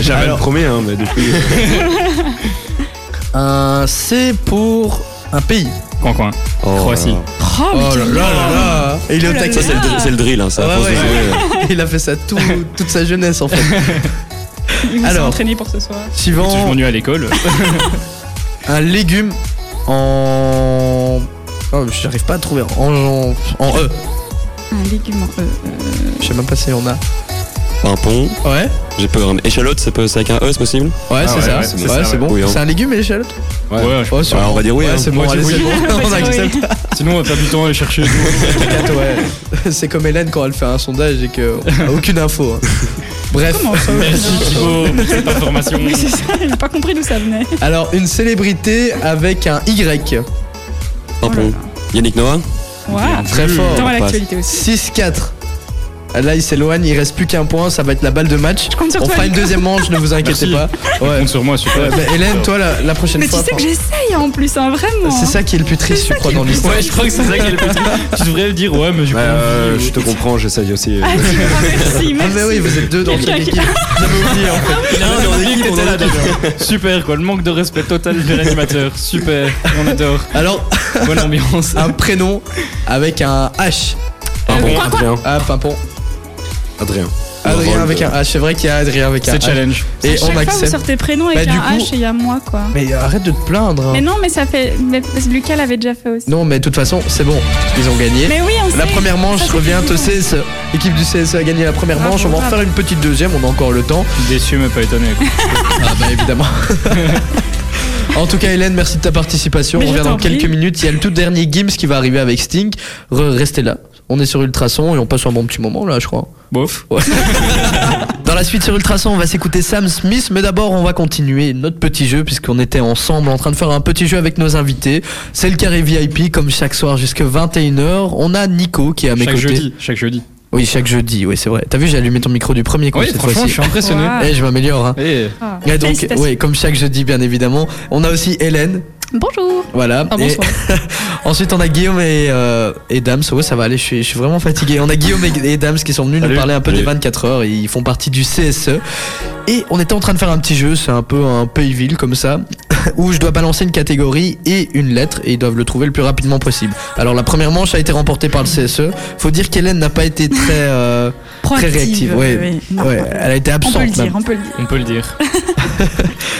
S8: J'avais
S1: Alors-
S8: le premier, hein, mais [LAUGHS] depuis.
S1: Un C pour un pays.
S2: Coin coin.
S3: Oh,
S2: Croatie.
S3: là, là.
S4: Oh, mais quel homme.
S1: là Et il est au
S4: Oh là
S1: taquet.
S3: Ça, c'est le, dr- c'est le drill, hein, ça. à
S1: Ouais,
S3: force de
S1: ouais.
S3: jouer, euh.
S1: [LAUGHS] Il a fait ça tout- toute sa jeunesse en fait.
S4: Il vous s'est
S1: Alors.
S4: entraîné pour ce soir.
S2: Écoute, Je
S1: Suivant,
S2: m'ennuie à l'école.
S1: un légume en. Oh, j'arrive pas à trouver. En, en, en E.
S4: Un légume. en- euh, euh,
S1: Je sais même pas si on a.
S3: Un pont.
S1: Ouais,
S3: euh, J'ai peur. mais Échalote, ça peut- c'est avec un E, c'est possible
S1: ouais, c'est
S8: ouais,
S1: ça.
S8: ouais,
S1: Ouais,
S8: c'est
S1: c'est
S8: ça, ouais.
S1: bon.
S3: Oui, hein.
S1: C'est un légume, l'échalote
S2: Ouais,
S8: Ouais.
S2: je-
S1: Ouais, c'est
S3: Ouais,
S1: bon.
S3: on va dire oui.
S1: Ouais,
S3: hein.
S1: c'est bon,
S2: Moi,
S1: allez,
S2: je dis
S1: c'est bon.
S4: oui.
S1: [LAUGHS] On
S4: [LAUGHS]
S1: accepte.
S2: Sinon, on va perdre du temps à aller [LAUGHS] chercher. et tout.
S1: T'inquiète, ouais. [LAUGHS] C'est comme Hélène quand elle fait un sondage et qu'on a aucune info.
S4: [LAUGHS]
S1: hein. Bref,
S4: Comment ça
S2: Merci Thibaut pour cette information.
S4: [LAUGHS] Oui, c'est ça. J'ai pas compris d'où ça venait.
S1: alors une célébrité avec un Y.
S3: Un pont. Yannick Noah.
S4: Waouh.
S1: Très
S2: Plus.
S1: fort.
S4: Dans
S3: on
S4: l'actualité aussi.
S1: 6-4. Là, il s'éloigne, il reste plus qu'un point, ça va être la balle de match.
S4: compte sur
S1: On
S4: toi,
S1: fera une
S4: Nico.
S1: deuxième manche, ne vous inquiétez
S2: Merci.
S1: pas. Ouais.
S2: Compte sur moi,
S1: Ouais,
S2: super.
S1: bah, Hélène, toi, la, la prochaine
S4: Mais tu
S1: fois.
S4: sais que j'essaye en plus, hein, vraiment.
S1: C'est ça qui est le plus triste, je crois, dans l'histoire.
S2: Ouais, je crois que c'est ça qui est le plus. bah, Tu devrais le dire, ouais, mais j'ai
S8: Ouais,
S2: pas
S8: euh,
S2: envie,
S8: je te
S2: ou-
S8: comprends, j'essaye aussi.
S4: Ah, Thibaut, merci,
S1: Ah,
S4: merci.
S1: mais oui, vous êtes deux dans cette
S4: Quelqu'un qui-
S1: équipe. J'avais oublié, en fait.
S2: Il a rien demandé que t'étais là, d'ailleurs. Super quoi, le manque de respect total de l'animateur. Super, on adore.
S1: Alors,
S2: Bonne ambiance.
S1: un prénom avec un H.
S3: Un pont.
S4: Quoi, quoi
S8: Adrien.
S1: Ah, pimpon.
S8: Adrien.
S1: Adrien
S3: Roll,
S1: avec
S3: euh.
S1: un H. C'est vrai qu'il y a Adrien avec un
S2: C'est
S1: H.
S2: challenge.
S1: Et
S4: Chaque
S1: on
S4: fois, vous
S1: accepte.
S4: sortez prénom
S1: Bah,
S4: avec
S1: du
S4: un
S1: coup-
S4: H et il y a moi, quoi.
S1: Mais arrête de te plaindre. hein.
S4: Mais non, mais ça fait. mais Lucas l'avait déjà fait aussi.
S1: Non, mais de toute façon, c'est bon. Ils ont gagné.
S4: Mais oui, on
S1: La
S4: sait.
S1: première manche
S4: Ça, c'est
S1: revient au
S4: évident.
S1: CSE. L'équipe du CSE a gagné la première
S4: Bravo,
S1: manche. On va en
S4: bravo.
S1: faire une petite deuxième. On a encore le temps.
S2: Déçu mais pas étonné. quoi.
S1: Ah bah évidemment. [LAUGHS] En tout cas, Hélène, merci de ta participation.
S4: Mais
S1: on
S4: je
S1: revient
S4: t'en
S1: dans quelques
S4: prie.
S1: minutes. Il y a le tout dernier Gims qui va arriver avec Sting. Re- restez là. On est sur Ultrason et on passe un bon petit moment là, je crois.
S2: Bof.
S1: Dans la suite sur Ultrason, on va s'écouter Sam Smith, mais d'abord on va continuer notre petit jeu puisqu'on était ensemble en train de faire un petit jeu avec nos invités. C'est le carré VIP comme chaque soir jusqu'à 21h. On a Nico qui est à mes
S2: Chaque
S1: côtés.
S2: jeudi. Chaque jeudi.
S1: Oui, chaque jeudi, oui, c'est vrai. T'as vu, j'ai allumé ton micro du premier coup
S2: Oui,
S1: cette
S2: franchement, je
S1: fois-ci.
S2: suis impressionné.
S4: Wow.
S1: Eh, je m'améliore. Hein.
S2: Et
S4: Ah.
S1: Et donc,
S4: Félicitations.
S1: oui, comme chaque jeudi, bien évidemment. On a aussi Hélène,
S4: Bonjour.
S1: voilà.
S4: Ah,
S1: Et [LAUGHS]
S4: bonsoir.
S1: ensuite, on a Guillaume et, euh, et Dams. Ouais, ça va aller, je suis, je suis vraiment fatigué. On a Guillaume et, et Dams qui sont venus
S8: Salut.
S1: nous parler un peu des
S8: Salut.
S1: 24 heures. Ils font partie du CSE. Et on était en train de faire un petit jeu, c'est un peu un pays-ville comme ça, [LAUGHS] où je dois balancer une catégorie et une lettre et ils doivent le trouver le plus rapidement possible. Alors, la première manche a été remportée par le CSE. Faut dire qu'Hélène n'a pas été très. euh,
S4: Proactive.
S1: Très réactive, ouais. ouais, bah. elle a été
S4: On peut le
S1: absente. même.
S4: dire, on peut le dire.
S2: on peut le dire.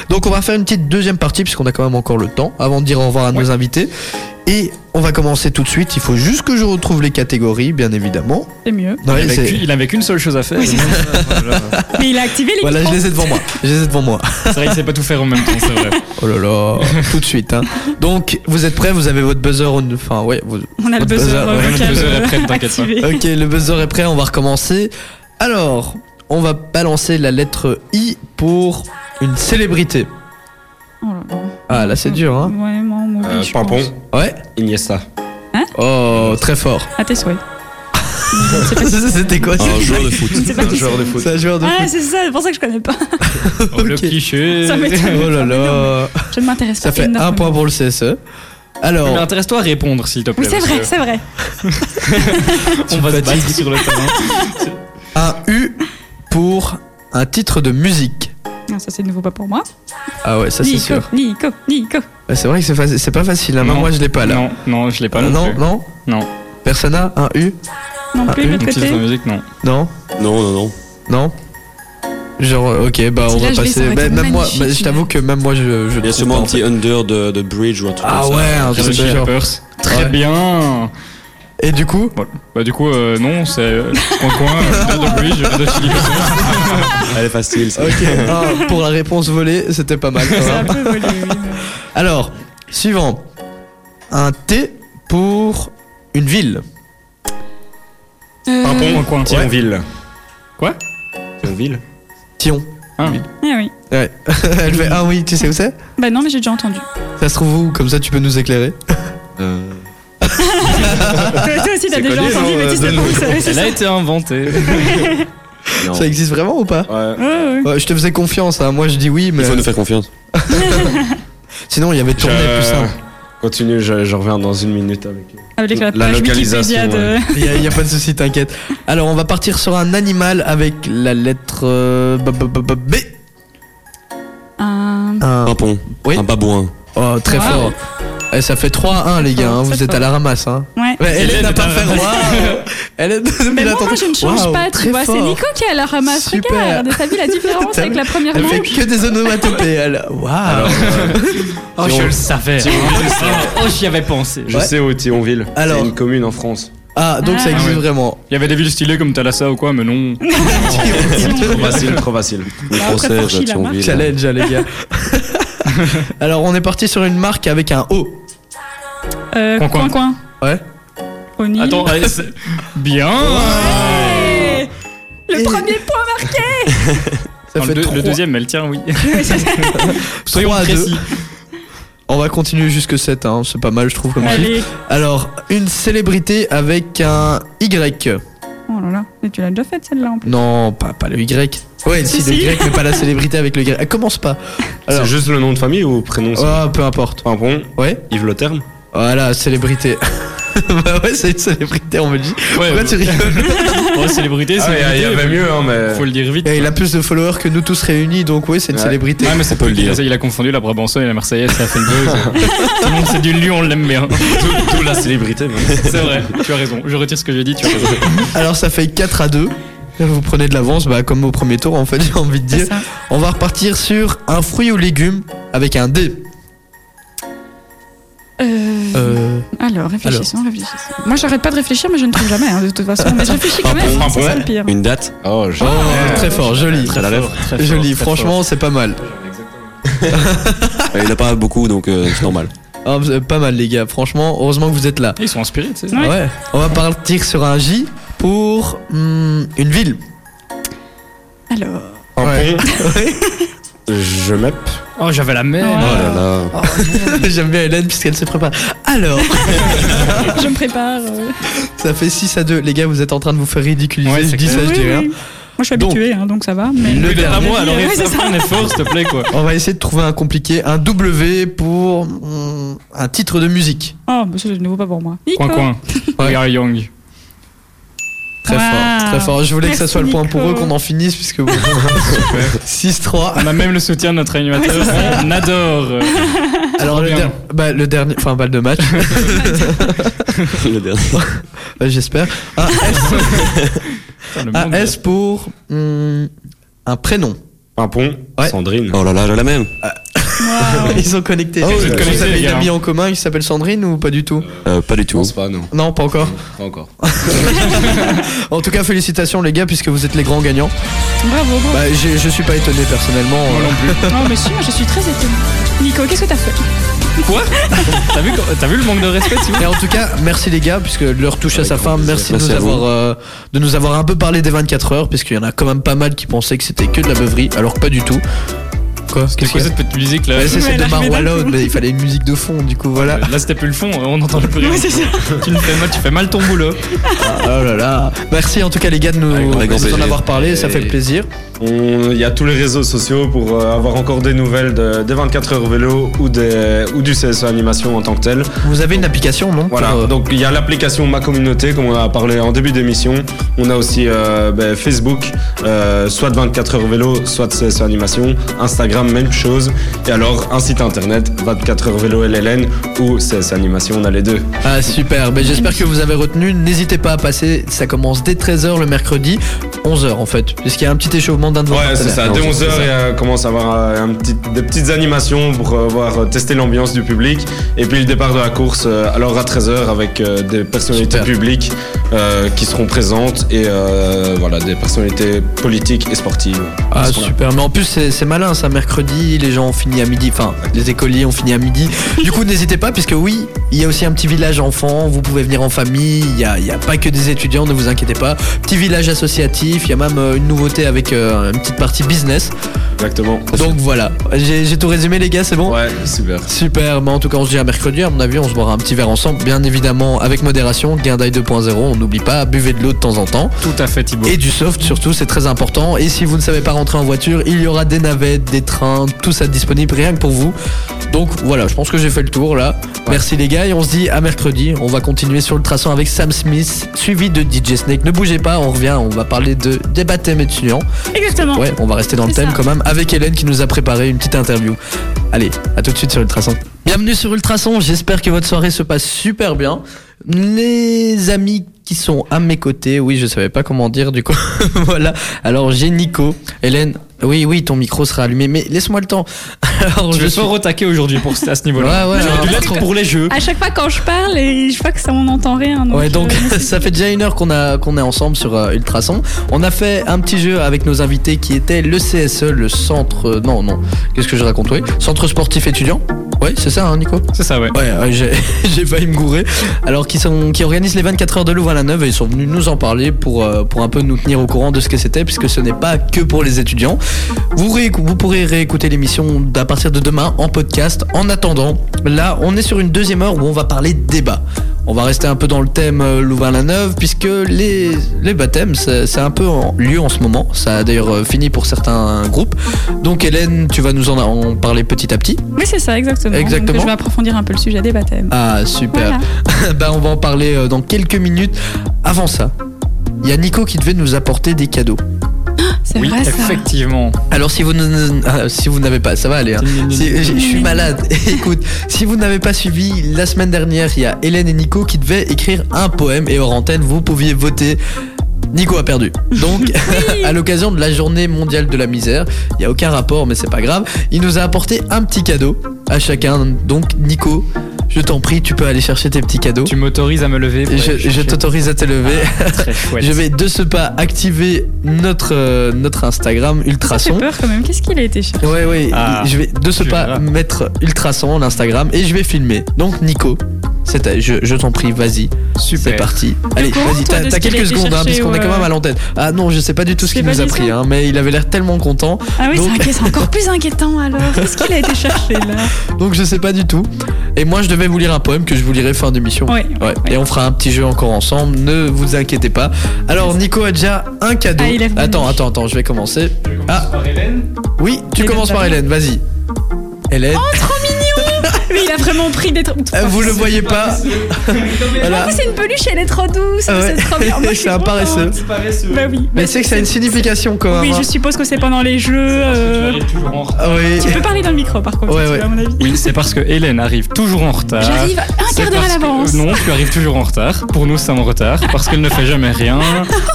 S1: Donc on va faire une petite deuxième partie puisqu'on a quand même encore le temps avant de dire au revoir à nos invités. Et on va commencer tout de suite. Il faut juste que je retrouve les catégories, bien évidemment.
S4: C'est mieux.
S1: Ouais,
S2: il,
S1: c'est-
S2: avait qu'une- il avait qu'une seule chose à faire. Oh
S4: Oui, c'est
S2: Voilà. c'est
S4: Mais il a activé
S1: [LAUGHS]
S4: les
S1: Voilà, je
S4: micros.
S1: les ai devant moi. Je les ai devant moi.
S2: vrai qu'il sait pas tout faire en même temps,
S1: [LAUGHS]
S2: c'est vrai.
S1: Oh là
S3: [LAUGHS]
S1: là, tout de suite. hein. Donc vous êtes prêts Vous avez votre buzzer. au- Enfin ouais.
S3: [LAUGHS]
S1: vous-
S4: On a le
S1: Votre
S4: buzzer,
S1: buzzer,
S4: euh,
S1: ouais,
S2: le
S4: vocal,
S2: buzzer
S4: euh,
S2: après, t'inquiète pas.
S4: activé.
S1: Ok, le buzzer est prêt. On va recommencer. Alors, on va balancer la lettre I pour une célébrité.
S4: Oh là là.
S1: Ah là, c'est dur. Hein.
S4: Ouais, moi, on m'oublie,
S8: Euh,
S4: je
S8: Pimpon,
S4: pense.
S1: Ouais.
S8: Iniesta.
S1: Oh, très fort.
S3: [LAUGHS]
S4: À tes souhaits.
S1: [LAUGHS] C'était quoi
S3: Un joueur
S1: [LAUGHS]
S3: de foot.
S4: C'est pas qui
S8: joueur de foot.
S1: C'est un joueur de
S4: Ah, c'est ça, c'est pour ça que je connais pas.
S2: Oh, Le
S1: Ok.
S2: cliché. [LAUGHS]
S4: Ça m'étonne.
S1: foot. Oh là là.
S4: Je ne m'intéresse pas.
S1: Ça fait un
S4: énormément.
S1: point pour le CSE.
S2: Mais
S1: Alors,
S2: intéresse-toi à répondre, s'il te plaît.
S4: Oui, c'est
S2: parce
S4: vrai,
S2: que
S4: c'est vrai.
S2: On va se
S1: fatigues.
S2: battre sur le terrain.
S1: un U pour un titre de musique.
S4: Non, ça, c'est de nouveau pas pour moi.
S1: Ah ouais, ça c'est
S4: Nico,
S1: sûr.
S4: Nico, Nico.
S1: Bah, C'est vrai que c'est faci- c'est pas facile. hein.
S2: Non.
S1: Moi, je l'ai pas là.
S2: Non, non, je l'ai pas.
S1: Euh, non,
S2: plus.
S1: non.
S2: Non.
S1: Persona, un U
S4: Non
S1: Ah,
S4: plus,
S1: oui,
S4: de
S2: Donc,
S4: l'autre
S2: titre de
S4: côté.
S2: musique, non.
S1: Non,
S3: Non, non, non.
S1: non. Genre, euh, ok, bah on
S4: Celui-là,
S1: va
S4: je l'ai, ça
S1: passer.
S4: aurait
S1: Bah,
S4: été
S1: même moi,
S4: magnifique,
S1: bah, je
S4: mais-
S1: t'avoue que même moi, je. je
S3: Il y a
S1: trouve
S3: sûrement
S1: pas,
S3: un
S1: en
S3: petit under de, de bridge ou un
S1: fait.
S3: truc
S1: Ah
S3: comme ça.
S1: ouais, un truc
S2: Karaoke
S1: de genre.
S2: Rappers.
S1: Ouais.
S2: Très bien.
S1: Et du coup,
S2: Bah du coup, euh, non, c'est euh, coin-coin, euh, de Bridge, de Chili Peppers.
S3: Elle est facile. ça.
S1: ok, un pour la réponse volée, c'était pas mal. quand
S4: C'est [LAUGHS]
S1: même.
S4: un peu volé, oui. mais-
S1: Alors, suivant. Un T pour une ville.
S4: Euh,
S2: Pimpon, coin.
S8: Thionville.
S2: Quoi
S8: Thionville
S1: Tion.
S2: Hein
S4: Ah oui.
S1: Ouais. [LAUGHS] Elle fait Ah oui, tu sais où c'est
S4: Bah non, mais j'ai déjà entendu.
S1: Ça se trouve où Comme ça, tu peux nous éclairer.
S3: Euh,
S4: Toi toi aussi, t'as
S8: C'est
S4: déjà
S8: connu,
S4: entendu,
S8: hein,
S4: mais tu sais pas
S8: donne-nous.
S4: où c'est. c'est
S2: Elle
S4: ça.
S2: a été inventée.
S3: non.
S1: Ça existe vraiment ou pas
S8: Ouais.
S4: Ouais, ouais.
S1: Ouais, Je te faisais confiance, hein. moi je dis oui, mais
S3: Il faut nous faire confiance.
S1: sinon il y avait tourné
S8: Je-
S1: plus simple.
S8: Continue, je, je reviens dans une minute avec.
S4: Avec la,
S8: La
S4: page
S8: localisation,
S4: Wikipédia de...
S1: Il y a, il y a pas de souci, t'inquiète. Alors on va partir sur un animal avec la lettre euh, B. B- B- B.
S4: Un...
S1: Un-
S3: Un pont.
S1: Oui.
S3: Un babouin.
S1: Oh, très
S4: Wow.
S1: fort. Eh, ça fait 3-1 les gars, hein.
S4: Très
S1: vous êtes
S4: fort.
S1: à la ramasse. Hein.
S4: Ouais.
S1: Ouais, Hélène
S2: Hélène
S1: n'a
S2: est
S1: pas
S2: à la
S1: fait.
S3: [LAUGHS]
S1: Waouh Hélène,
S4: Mais
S1: elle
S4: moi,
S1: attend-
S4: moi, je ne change
S1: Waouh,
S4: pas, tu
S1: très
S4: vois. C'est
S1: fort.
S4: Nico qui a la ramasse.
S1: Super.
S4: Regarde, t'as vu la différence
S1: T'as
S4: avec la première
S1: Elle fait
S4: manche
S1: que des onomatopées. elle. Waouh
S2: Oh,
S8: Si
S2: je
S8: on-
S2: le savais.
S8: si on
S2: Oh,
S8: veut le
S2: j'y avais pensé.
S8: Je
S1: Ouais.
S8: sais où est Thionville.
S1: Alors.
S8: C'est une commune en France.
S1: Ah, donc ça
S4: Ah.
S1: existe
S2: Ah ouais. [LAUGHS]
S1: vraiment.
S2: Il y avait des villes stylées comme Thalassa ou quoi, mais non.
S8: Trop facile, trop facile.
S3: Le
S4: Bah, après,
S3: français,
S4: franchi,
S3: là,
S4: la
S1: [LAUGHS]
S3: Thionville.
S1: Challenge, hein, les gars.
S2: [LAUGHS]
S1: Alors, on est parti sur une marque avec un O.
S4: Euh,
S2: Coin, coin.
S4: Coin, coin.
S1: Ouais.
S4: Au nid.
S2: Attends, allez, c'est- bien.
S4: Hey Le
S1: Et-
S4: premier point marqué
S1: Ça fait
S2: Enfin, le, deux- le
S1: trois-
S2: deuxième, elle tient, oui.
S1: Soyons
S2: Trois à
S1: précis.
S2: deux.
S1: On va continuer jusque 7, hein. c'est pas mal, je trouve. Comme chiffre.
S4: Allez
S1: Alors, une célébrité avec un Y.
S4: Oh là là, mais tu l'as déjà faite celle-là en plus.
S1: Non, pas, pas le Y. Ouais, si,
S4: Si,
S1: le
S4: si.
S1: Y, mais pas la célébrité avec le Y. Elle commence pas. Alors.
S8: C'est juste le nom de famille ou prénom c'est-
S1: Oh, peu importe.
S8: Pimpon,
S1: Ouais
S8: Yves Le Terme.
S1: Voilà, célébrité. [LAUGHS] bah ouais, c'est une célébrité en Belgique.
S2: Ouais,
S1: Pourquoi tu rigoles
S2: oh, célébrité,
S8: Ah,
S2: célébrité.
S8: il y avait mieux, hein, mais.
S2: Faut le dire vite.
S1: Et il a plus de followers que nous tous réunis, donc ouais, c'est une
S8: Ouais.
S1: célébrité.
S2: Ouais, mais c'est
S3: On peut
S2: pas
S3: le dire.
S2: Il a confondu la Brabançonne et la Marseillaise, ça a fait le buzz. Tout le monde s'est dit Lyon, on l'aime bien.
S8: D'où la célébrité, même.
S2: C'est vrai, tu as raison. Je retire ce que j'ai dit, tu as raison.
S1: Alors ça fait 4 à 2. Vous prenez de l'avance, bah, comme au premier tour en fait, [LAUGHS] j'ai envie de dire.
S4: C'est ça.
S1: On va repartir sur un fruit ou légume avec un D.
S4: Euh,
S1: Euh,
S4: Alors, réfléchissons, réfléchissons. Moi, j'arrête pas de réfléchir, mais je ne trouve jamais, hein, de toute façon. Mais je réfléchis quand même,
S8: Un
S4: c'est
S8: point.
S4: ça le pire.
S3: Une date.
S8: Oh, je-
S1: oh, très fort, joli.
S3: Très la lèvre.
S1: joli, franchement, c'est pas mal.
S3: Il n'y en a pas beaucoup, donc euh, c'est normal.
S1: Ah, vous- pas mal, les gars, franchement, heureusement que vous êtes là.
S2: Ils sont inspirés, tu sais.
S4: Ouais.
S1: On va partir sur un J pour hum, une ville.
S4: Alors,
S8: Pimpon,
S1: Ouais.
S8: Je m'app.
S2: Oh, j'avais la même.
S4: Ouais.
S3: Oh là là.
S1: [LAUGHS] J'aime bien Hélène puisqu'elle se prépare. Alors, [LAUGHS]
S4: Je me prépare. euh.
S1: ça fait 6 à 2. Les gars, vous êtes en train de vous faire ridiculiser.
S2: Ouais, c'est
S1: 10 à
S4: Oui,
S1: 10,
S4: oui.
S1: hein.
S4: Moi, je suis
S1: Donc,
S4: habituée, hein, donc ça va. Mais...
S1: le
S2: Mais pas
S1: dernier.
S2: moi, alors il
S4: Ouais,
S2: faut
S4: c'est
S2: faire un effort, s'il te plaît, quoi.
S1: On va essayer de trouver un compliqué, un W pour hum, un titre de musique.
S4: Oh, bah, c'est de nouveau pas pour moi.
S2: Coin, coin. We are young.
S1: Très fort,
S4: Wow.
S1: très fort. Je voulais que ça
S4: Merci,
S1: soit le point pour eux,
S4: Nico.
S1: qu'on en finisse puisque bon, 6-3.
S2: On a même le soutien de notre animateur. On adore.
S1: Alors le,
S2: bien.
S1: der- bah, le dernier, enfin balle de match,
S3: Le dernier.
S1: bah, j'espère. Un
S2: Putain, le
S1: Un
S2: monde.
S1: S pour hum, un prénom.
S8: Pimpon,
S1: Ouais.
S8: Sandrine.
S3: Oh là là, j'ai la même.
S1: [LAUGHS]
S4: Waouh.
S1: Ils sont connectés.
S2: Ah oui,
S1: Est-ce que
S2: connectés,
S1: vous avez
S2: les
S1: une
S2: gars.
S1: amie en commun qui s'appelle Sandrine ou pas du tout
S3: Euh, pas du
S8: Je
S3: tout.
S8: pense pas, non.
S1: Non, pas encore.
S8: Pas encore.
S1: [LAUGHS] En tout cas, félicitations les gars puisque vous êtes les grands gagnants.
S4: Bravo, bravo.
S1: Bah, j'ai- je suis pas étonné personnellement.
S2: Moi non plus.
S4: Non, mais si, moi, je suis très étonnée. Nico, qu'est-ce que t'as fait
S2: Quoi T'as vu, t'as vu le manque de respect, Simon
S1: Et en tout cas, merci les gars, puisque l'heure touche à sa fin. Merci, de,
S3: Merci
S1: nous
S3: à vous.
S1: avoir, euh, de nous avoir un peu parlé des 24 heures, puisqu'il y en a quand même pas mal qui pensaient que c'était que de la beuverie, alors que pas du tout. Quoi
S2: C'est
S1: Qu'est-ce
S2: quoi
S1: que
S2: cette petite musique là
S1: Ouais, c'est
S4: Ouais,
S1: celle de
S4: là, je vais d'un
S1: Marwallon,
S4: coup.
S1: mais il fallait une musique de fond, du coup voilà.
S2: Là, c'était plus le fond, on n'entend plus rien.
S4: Ouais, c'est ça.
S2: tu, nous fais mal, tu fais mal ton boulot.
S1: Oh là là. Merci en tout cas les gars de nous,
S3: Avec grand
S1: de nous en
S3: plaisir.
S1: avoir parlé, ça fait
S8: Et-
S1: plaisir.
S8: On- Il y a tous les réseaux sociaux pour euh, avoir encore des nouvelles de- des 24 heures vélo ou, des, ou du CSE animation en tant que tel.
S1: Vous avez une application, non
S8: Voilà,
S1: pour, euh,
S8: donc il y a l'application Ma Communauté, comme on a parlé en début d'émission. On a aussi euh, ben, Facebook, euh, soit 24 heures vélo, soit CSE Animation. Instagram, même chose. Et alors, un site internet, 24 heures vélo LLN ou CSE Animation, on a les deux.
S1: Ah super, Ben, j'espère que vous avez retenu, n'hésitez pas à passer, ça commence dès 13h le mercredi, 11h en fait, puisqu'il y a un petit échauffement d'un de vos
S8: Ouais, c'est
S1: partenaires.
S8: ça. Dès 11h, il commence à avoir euh, un petit, des petites animations pour euh, voir euh, tester l'ambiance du public. Et puis le départ de la course, euh, alors à 13h, avec euh, des personnalités
S1: Super.
S8: publiques euh, qui seront présentes et euh, voilà, des personnalités politiques et sportives.
S1: Ah
S8: Ils seront là.
S1: super, mais en plus c'est c'est malin ça, mercredi, les gens ont fini à midi, enfin les écoliers ont fini à midi. Du coup n'hésitez pas, puisque oui, il y a aussi un petit village enfant, vous pouvez venir en famille, il n'y a, il y a pas que des étudiants, ne vous inquiétez pas. Petit village associatif, il y a même euh, une nouveauté avec euh, une petite partie business.
S8: Exactement.
S1: Donc voilà, j'ai j'ai tout résumé les gars, c'est bon
S8: Ouais, super.
S1: Super, bah en tout cas on se dit à mercredi, à mon avis on se boira un petit verre ensemble, bien évidemment avec modération, gain d'ail 2.0, on n'oublie pas, buvez de l'eau de temps en temps.
S2: Tout à fait, Thibaut.
S1: Et du soft surtout, c'est très important. Et si vous ne savez pas rentrer en voiture, il y aura des navettes, des trains, tout ça disponible rien que pour vous. Donc voilà, je pense que j'ai fait le tour là. Merci les gars et on se dit à mercredi. On va continuer sur le traçant avec Sam Smith, suivi de DJ Snake. Ne bougez pas, on revient, on va parler de des baptêmes étudiants.
S4: Exactement.
S1: Ouais, on va rester dans le
S4: C'est
S1: thème
S4: ça.
S1: quand même avec Hélène qui nous a préparé une petite interview. Allez, à tout de suite sur Ultrason. Bienvenue sur Ultrason, j'espère que votre soirée se passe super bien. Les amis qui sont à mes côtés, oui, je savais pas comment dire du coup. [LAUGHS] voilà. Alors, j'ai Nico, Hélène. Oui, oui, ton micro sera allumé, mais laisse-moi le temps. [LAUGHS] Alors,
S2: Je
S1: je
S2: vais
S1: suis
S2: fort au taquet aujourd'hui pour à ce
S1: Ouais,
S2: niveau-là.
S1: ouais,
S4: J'aurais
S1: alors-
S2: Du lettre pour les jeux.
S4: À chaque fois quand je parle, et je vois que ça on n'entend rien. Donc,
S1: Ouais, donc
S4: euh,
S1: [LAUGHS]
S4: merci.
S1: ça fait déjà une heure qu'on a qu'on est ensemble sur euh, Ultrason. On a fait un petit jeu avec nos invités qui était le CSE, le centre. euh, non, non. Qu'est-ce que je raconte Oui, centre sportif étudiant. Ouais, c'est ça, hein, Nico.
S2: C'est ça, ouais.
S1: Ouais, ouais, j'ai [LAUGHS] j'ai failli me gourer. Alors qui sont qui organisent les 24 heures de Louvain la Neuve et ils sont venus nous en parler pour euh, pour un peu nous tenir au courant de ce que c'était puisque ce n'est pas que pour les étudiants. Vous réécou- vous pourrez réécouter l'émission à partir de demain en podcast. En attendant, là on est sur une deuxième heure où on va parler débat. On va rester un peu dans le thème euh, Louvain-la-Neuve puisque les, les baptêmes c'est c'est un peu en lieu en ce moment. Ça a d'ailleurs euh, fini pour certains groupes. Donc Hélène, tu vas nous en, en parler petit à petit.
S4: Oui, c'est ça, exactement.
S1: Exactement.
S4: Donc, je vais approfondir un peu le sujet des baptêmes.
S1: Ah super.
S4: Voilà.
S1: [LAUGHS] Bah on va en parler euh, dans quelques minutes. Avant ça, il y a Nico qui devait nous apporter des cadeaux.
S4: C'est
S2: Oui,
S4: vrai ça.
S2: effectivement.
S1: Alors si vous ne- ah, si vous n'avez pas, ça va aller.
S2: euh,
S1: hein. Si- je je suis malade. [LAUGHS] Écoute, si vous n'avez pas suivi la semaine dernière, il y a Hélène et Nico qui devaient écrire un poème et hors antenne, vous pouviez voter. Nico a perdu. Donc, [LAUGHS] à l'occasion de la journée mondiale de la misère, il n'y a aucun rapport, mais c'est pas grave. Il nous a apporté un petit cadeau à chacun. Donc, Nico, je t'en prie, tu peux aller chercher tes petits cadeaux.
S2: Tu m'autorises à me lever pour
S1: Et je,
S2: aller
S1: je
S2: chercher.
S1: t'autorise à te lever.
S2: Très chouette.
S1: je vais de ce pas activer notre, euh, notre Instagram
S4: Ça fait
S1: Ultrason.
S4: peur quand même. Qu'est-ce qu'il a été cher
S1: Ouais, ouais.
S2: Ah,
S1: je vais de ce
S2: tu
S1: pas
S2: verras.
S1: mettre Ultrason l'Instagram et je vais filmer. Donc, Nico, C'est à- je, je t'en prie, vas-y. C'est
S2: Super.
S1: parti. Allez,
S4: courant,
S1: vas-y,
S4: toi,
S1: t'as
S4: de ce
S1: t'as
S4: qu'il a
S1: quelques
S4: été
S1: secondes, hein,
S4: chercher,
S1: puisqu'on est
S4: ouais.
S1: quand même à l'antenne. Ah non, je sais pas du tout ce
S4: C'est
S1: qu'il
S4: pas
S1: nous a
S4: dit
S1: pris,
S4: ça.
S1: hein, mais il avait l'air tellement content.
S4: Ah oui,
S1: Donc-
S4: c'est inquiet- c'est encore plus inquiétant alors. Qu'est-ce qu'il a été chercher là
S1: [LAUGHS] Donc je sais pas du tout. Et moi je devais vous lire un poème que je vous lirai fin d'émission.
S4: Ouais, ouais, ouais.
S1: Et on fera un petit jeu encore ensemble, ne vous inquiétez pas. Alors Nico a déjà un cadeau.
S4: Ah, il a venu.
S1: attends, attends, attends, je vais commencer. Ah Oui, tu
S4: Hélène Oh,
S1: commences par
S4: d'abord.
S1: Hélène, vas-y. Hélène,
S4: Mais il a vraiment pris des trucs.
S1: euh, vous le voyez pas. [LAUGHS]
S4: En
S1: voilà.
S4: plus, Ah, c'est une peluche, elle est trop douce.
S1: Ah ouais.
S4: C'est trop
S1: [LAUGHS]
S4: bien. Moi, je suis
S1: C'est un
S4: contente.
S1: paresseux.
S4: Bah oui.
S1: Mais tu sais que ça a une signification quand même.
S4: Oui,
S1: hein.
S4: je suppose que c'est pendant les jeux. euh,
S1: Ah oui.
S4: Tu peux parler dans le micro par contre,
S1: Ouais,
S4: tu
S1: ouais.
S4: vois, à mon avis.
S2: Oui, c'est parce que Hélène arrive toujours en
S1: Euh,
S2: retard.
S4: J'arrive un
S2: C'est
S4: quart d'heure à
S2: parce que- euh,
S4: l'avance.
S2: Non, tu arrives toujours en retard. Pour nous, c'est en retard. Parce qu'elle ne fait jamais rien.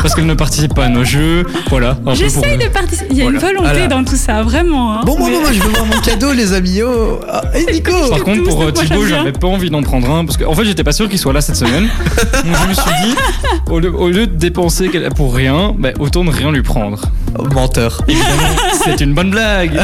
S2: Parce qu'elle ne participe pas à nos jeux. Voilà. un peu pour
S4: J'essaye
S2: nous.
S4: de participer. Il y a une
S2: Voilà.
S4: volonté
S1: Voilà.
S4: dans tout ça, vraiment. hein.
S1: Bon, moi,
S4: Mais-
S1: moi, moi, je veux voir mon cadeau, les amis. Oh, Ah, et Nico
S2: Par contre,
S4: tous,
S2: pour euh,
S4: moi, j'aime
S2: Thibaut,
S4: bien.
S2: j'avais pas envie d'en prendre un parce que, en fait, j'étais pas sûr qu'il soit là cette semaine. Donc, je me suis dit, au lieu, au lieu de dépenser quel- pour rien, bah, autant ne rien lui prendre.
S1: Oh, Menteur. [LAUGHS]
S2: Évidemment, c'est une bonne blague.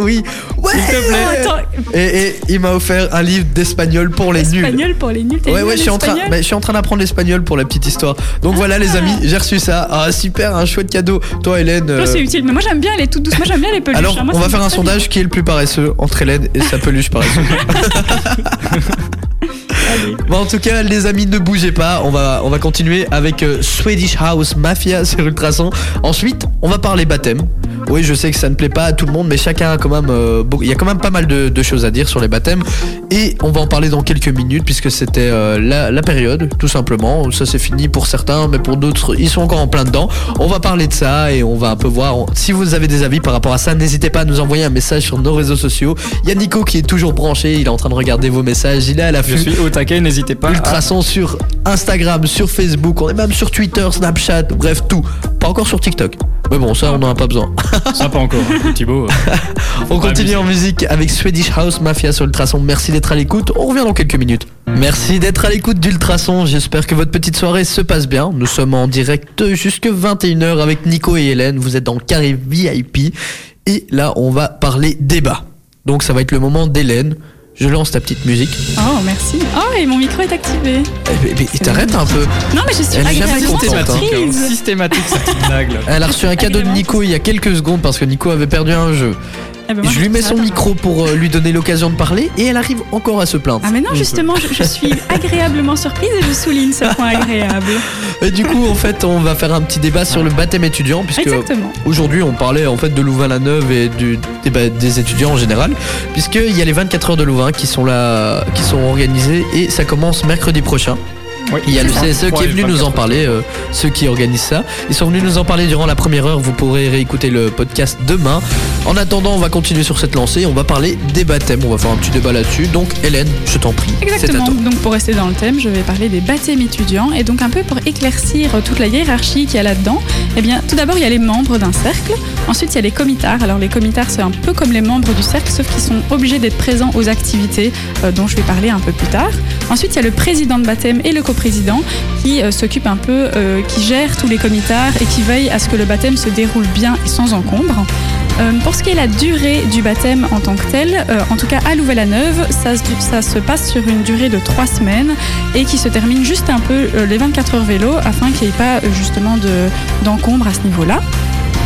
S1: oui. Ouais.
S2: S'il te
S4: Oh,
S2: plaît.
S4: attends,
S1: Et, et il m'a offert un livre d'espagnol pour les nuls.
S4: espagnol pour les nuls. t'as
S1: Ouais,
S4: une
S1: ouais,
S4: note
S1: je suis, en train,
S4: d'espagnol
S1: bah, je suis en train d'apprendre l'espagnol pour la petite histoire. Donc voilà, les amis, j'ai reçu ça. Ah, super, un chouette cadeau. Toi, Hélène. euh,
S4: Toi, c'est utile, mais moi j'aime bien, elle est toute douce. Moi j'aime bien les peluches.
S1: Alors,
S4: hein.
S1: on
S4: Moi, ça
S1: va
S4: me
S1: faire
S4: va
S1: un
S4: très
S1: sondage qui est le plus paresseux entre Hélène et sa peluche
S4: [LAUGHS]
S1: paresseuse. Bon, en tout cas, les amis, ne bougez pas. On va, on va continuer avec euh, Swedish House Mafia [LAUGHS] sur Ultrason. Ensuite, on va parler baptême. Oui, je sais que ça ne plaît pas à tout le monde, mais chacun a quand même, euh, beaucoup- il y a quand même pas mal de, de choses à dire sur les baptêmes. Et on va en parler dans quelques minutes puisque c'était euh, la, la période, tout simplement. Ça c'est fini pour certains, mais pour d'autres, ils sont encore en plein dedans. On va parler de ça et on va un peu voir. On- Si vous avez des avis par rapport à ça, n'hésitez pas à nous envoyer un message sur nos réseaux sociaux. Il y a Nico qui est toujours branché, il est en train de regarder vos messages, il est à
S2: Je
S1: l'affût.
S2: suis au taquet, n'hésitez pas. à-
S1: Ultrason sur Instagram, sur Facebook, on est même sur Twitter, Snapchat, bref tout. Pas encore sur TikTok. Mais bon, ça on n'en a pas besoin.
S2: Ça, pas encore. hein, Thibaut.
S1: On
S2: Pas
S1: continue
S2: abusé.
S1: en musique avec Swedish House Mafia sur Ultrason. Merci d'être à l'écoute. On revient dans quelques minutes. Merci d'être à l'écoute d'Ultrason. J'espère que votre petite soirée se passe bien. Nous sommes en direct jusque 21h avec Nico et Hélène. Vous êtes dans le carré VIP. Et là, on va parler débat. Donc, ça va être le moment d'Hélène. Je lance ta petite musique. Eh,
S4: bien. Oh, merci. Oh, et mon micro est activé.
S1: Et, t'arrête un peu.
S4: Non, mais je suis
S1: Elle est jamais
S4: agréablement
S1: contente, hein.
S2: Systématique, hein,
S4: surprise.
S2: systématique cette petite blague. là.
S1: Elle a reçu un cadeau de
S4: Agrément.
S1: Nico il y a quelques secondes parce que Nico avait perdu un jeu.
S4: Eh
S1: Et
S4: ben, moi,
S1: je lui mets
S4: trouve
S1: son
S4: ça
S1: micro pour euh, lui donner l'occasion de parler et elle arrive encore à se plaindre.
S4: Ah mais non, justement, je, je suis
S1: [LAUGHS]
S4: agréablement surprise et je souligne ce point agréable.
S1: euh, Et du coup, en fait, on va faire un petit débat sur le baptême étudiant, puisque
S4: Exactement.
S1: aujourd'hui, on parlait en fait de Louvain-la-Neuve et du débat des étudiants en général, puisqu'il y a les 24 heures de Louvain qui sont là, qui sont organisées et ça commence mercredi prochain.
S2: Oui,
S1: Il y a le
S2: c'est
S1: CSE
S2: trois
S1: qui est
S2: et
S1: venu nous en
S2: 24.
S1: parler, euh, ceux qui organisent ça. Ils sont venus nous en parler durant la première heure. Vous pourrez réécouter le podcast demain. En attendant, on va continuer sur cette lancée. On va parler des baptêmes. On va faire un petit débat là-dessus. Donc, Hélène, je t'en prie. C'est à
S4: Exactement.
S1: toi.
S4: Donc pour rester dans le thème, je vais parler des baptêmes étudiants et donc un peu pour éclaircir euh, toute la hiérarchie qu'il y a là-dedans. Eh bien, tout d'abord, il y a les membres d'un cercle. Ensuite, il y a les comitards. Alors les comitards, c'est un peu comme les membres du cercle, sauf qu'ils sont obligés d'être présents aux activités euh, dont je vais parler un peu plus tard. Ensuite, il y a le président de baptême et le coprésident qui euh, s'occupe un peu, euh, qui gère tous les comitards et qui veille à ce que le baptême se déroule bien et sans encombre. Euh, pour ce qui est la durée du baptême en tant que tel, euh, en tout cas à Louvain-la-Neuve, ça, se- ça se passe sur une durée de trois semaines et qui se termine juste un peu euh, les 24 heures vélo afin qu'il n'y ait pas euh, justement de- d'encombre à ce niveau-là.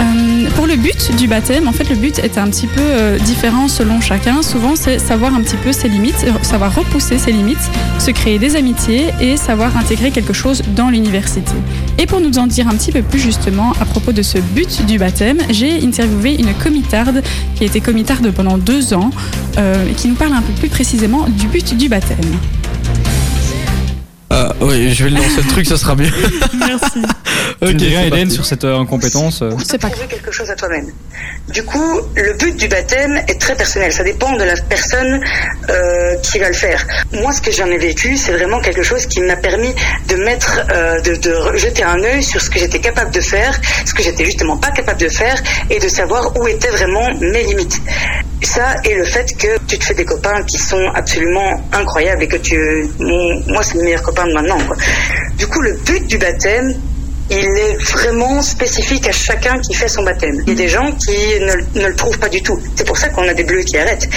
S4: Euh, pour le but du baptême, en fait, le but est un petit peu euh, différent selon chacun. Souvent, c'est savoir un petit peu ses limites, euh, savoir repousser ses limites, se créer des amitiés et savoir intégrer quelque chose dans l'université. Et pour nous en dire un petit peu plus justement à propos de ce but du baptême, j'ai interviewé une comitarde qui a été comitarde pendant deux ans euh, et qui nous parle un peu plus précisément du but du baptême.
S1: Ah, oui, je vais le lancer le truc, ça sera mieux.
S4: Merci.
S2: Tu
S1: Ok,
S2: me diras,
S1: c'est
S2: Hélène,
S1: parti.
S2: sur cette euh, incompétence. euh,
S4: [LAUGHS] C'est pas
S9: trouver quelque chose à toi-même. Du coup, le but du baptême est très personnel. Ça dépend de la personne euh, qui va le faire. Moi, ce que j'en ai vécu, c'est vraiment quelque chose qui m'a permis de mettre, euh, de, de jeter un œil sur ce que j'étais capable de faire, ce que j'étais justement pas capable de faire, et de savoir où étaient vraiment mes limites. Ça et le fait que tu te fais des copains qui sont absolument incroyables et que tu, mon- moi, c'est mes meilleurs copains de maintenant. quoi. Du coup, le but du baptême, il est vraiment spécifique à chacun qui fait son baptême. Il y a des gens qui ne, le- ne le trouvent pas du tout. C'est pour ça qu'on a des bleus qui arrêtent.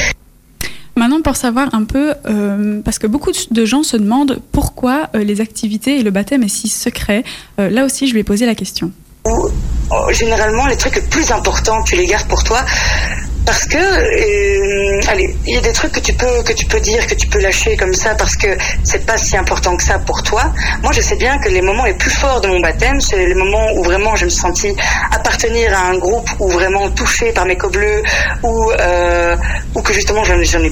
S4: Maintenant, pour savoir un peu, euh, parce que beaucoup de gens se demandent pourquoi euh, les activités et le baptême est si secret, euh, là aussi je lui ai posé la question.
S9: Ou oh, généralement les trucs les plus importants tu les gardes pour toi parce que euh, allez il y a des trucs que tu peux que tu peux dire que tu peux lâcher comme ça parce que c'est pas si important que ça pour toi moi je sais bien que les moments les plus forts de mon baptême c'est les moments où vraiment je me sentis appartenir à un groupe ou vraiment touché par mes co-bleus ou euh, ou que justement j'en j'en ai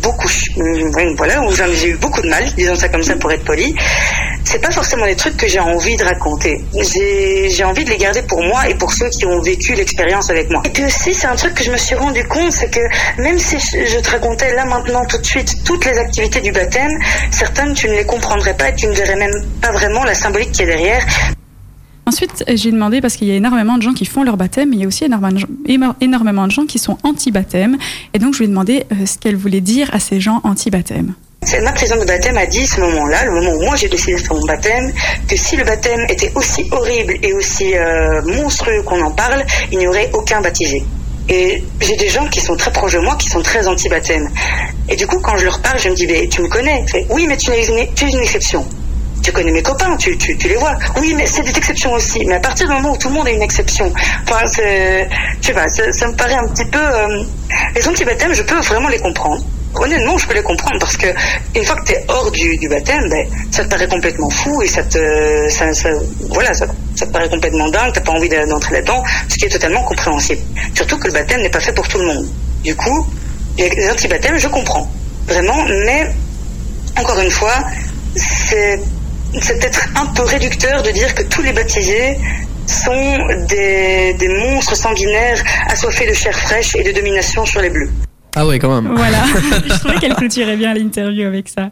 S9: beaucoup euh, voilà où j'en ai eu beaucoup de mal disons ça comme ça pour être poli c'est pas forcément des trucs que j'ai envie de raconter j'ai j'ai envie de les garder pour moi et pour ceux qui ont vécu l'expérience avec moi et puis aussi c'est un truc que je me suis rendu compte c'est que même si je je te racontais là maintenant tout de suite toutes les activités du baptême certaines tu ne les comprendrais pas et tu ne verrais même pas vraiment la symbolique qui est derrière
S4: Ensuite, j'ai demandé, parce qu'il y a énormément de gens qui font leur baptême, mais il y a aussi énormément de gens- émo- énormément de gens qui sont anti-baptême. Et donc, je lui ai demandé euh, ce qu'elle voulait dire à ces gens anti-baptême.
S9: C'est ma présidente de baptême a dit, ce moment-là, le moment où moi j'ai décidé de faire mon baptême, que si le baptême était aussi horrible et aussi euh, monstrueux qu'on en parle, il n'y aurait aucun baptisé. Et j'ai des gens qui sont très proches de moi, qui sont très anti-baptême. Et du coup, quand je leur parle, je me dis, mais tu me connais Fait, Oui, mais tu n'es une, tu es une exception. Tu connais mes copains, tu, tu, tu les vois. Oui, mais c'est des exceptions aussi. Mais à partir du moment où tout le monde est une exception, enfin, c'est- je sais pas, ça, ça me paraît un petit peu. euh, les anti-baptêmes, je peux vraiment les comprendre. Honnêtement, je peux les comprendre parce que une fois que tu es hors du, du baptême, ben, ça te paraît complètement fou et ça te, ça, ça- voilà, ça, ça te paraît complètement dingue. T'as pas envie d'a- d'entrer là-dedans, ce qui est totalement compréhensible. Surtout que le baptême n'est pas fait pour tout le monde. Du coup, les les anti-baptêmes, je comprends vraiment, mais encore une fois, c'est c'est peut-être un peu réducteur de dire que tous les baptisés sont des, des monstres sanguinaires assoiffés de chair fraîche et de domination sur les bleus.
S1: Ah ouais, quand même.
S4: Voilà, je trouvais qu'elle clôturait bien l'interview avec ça.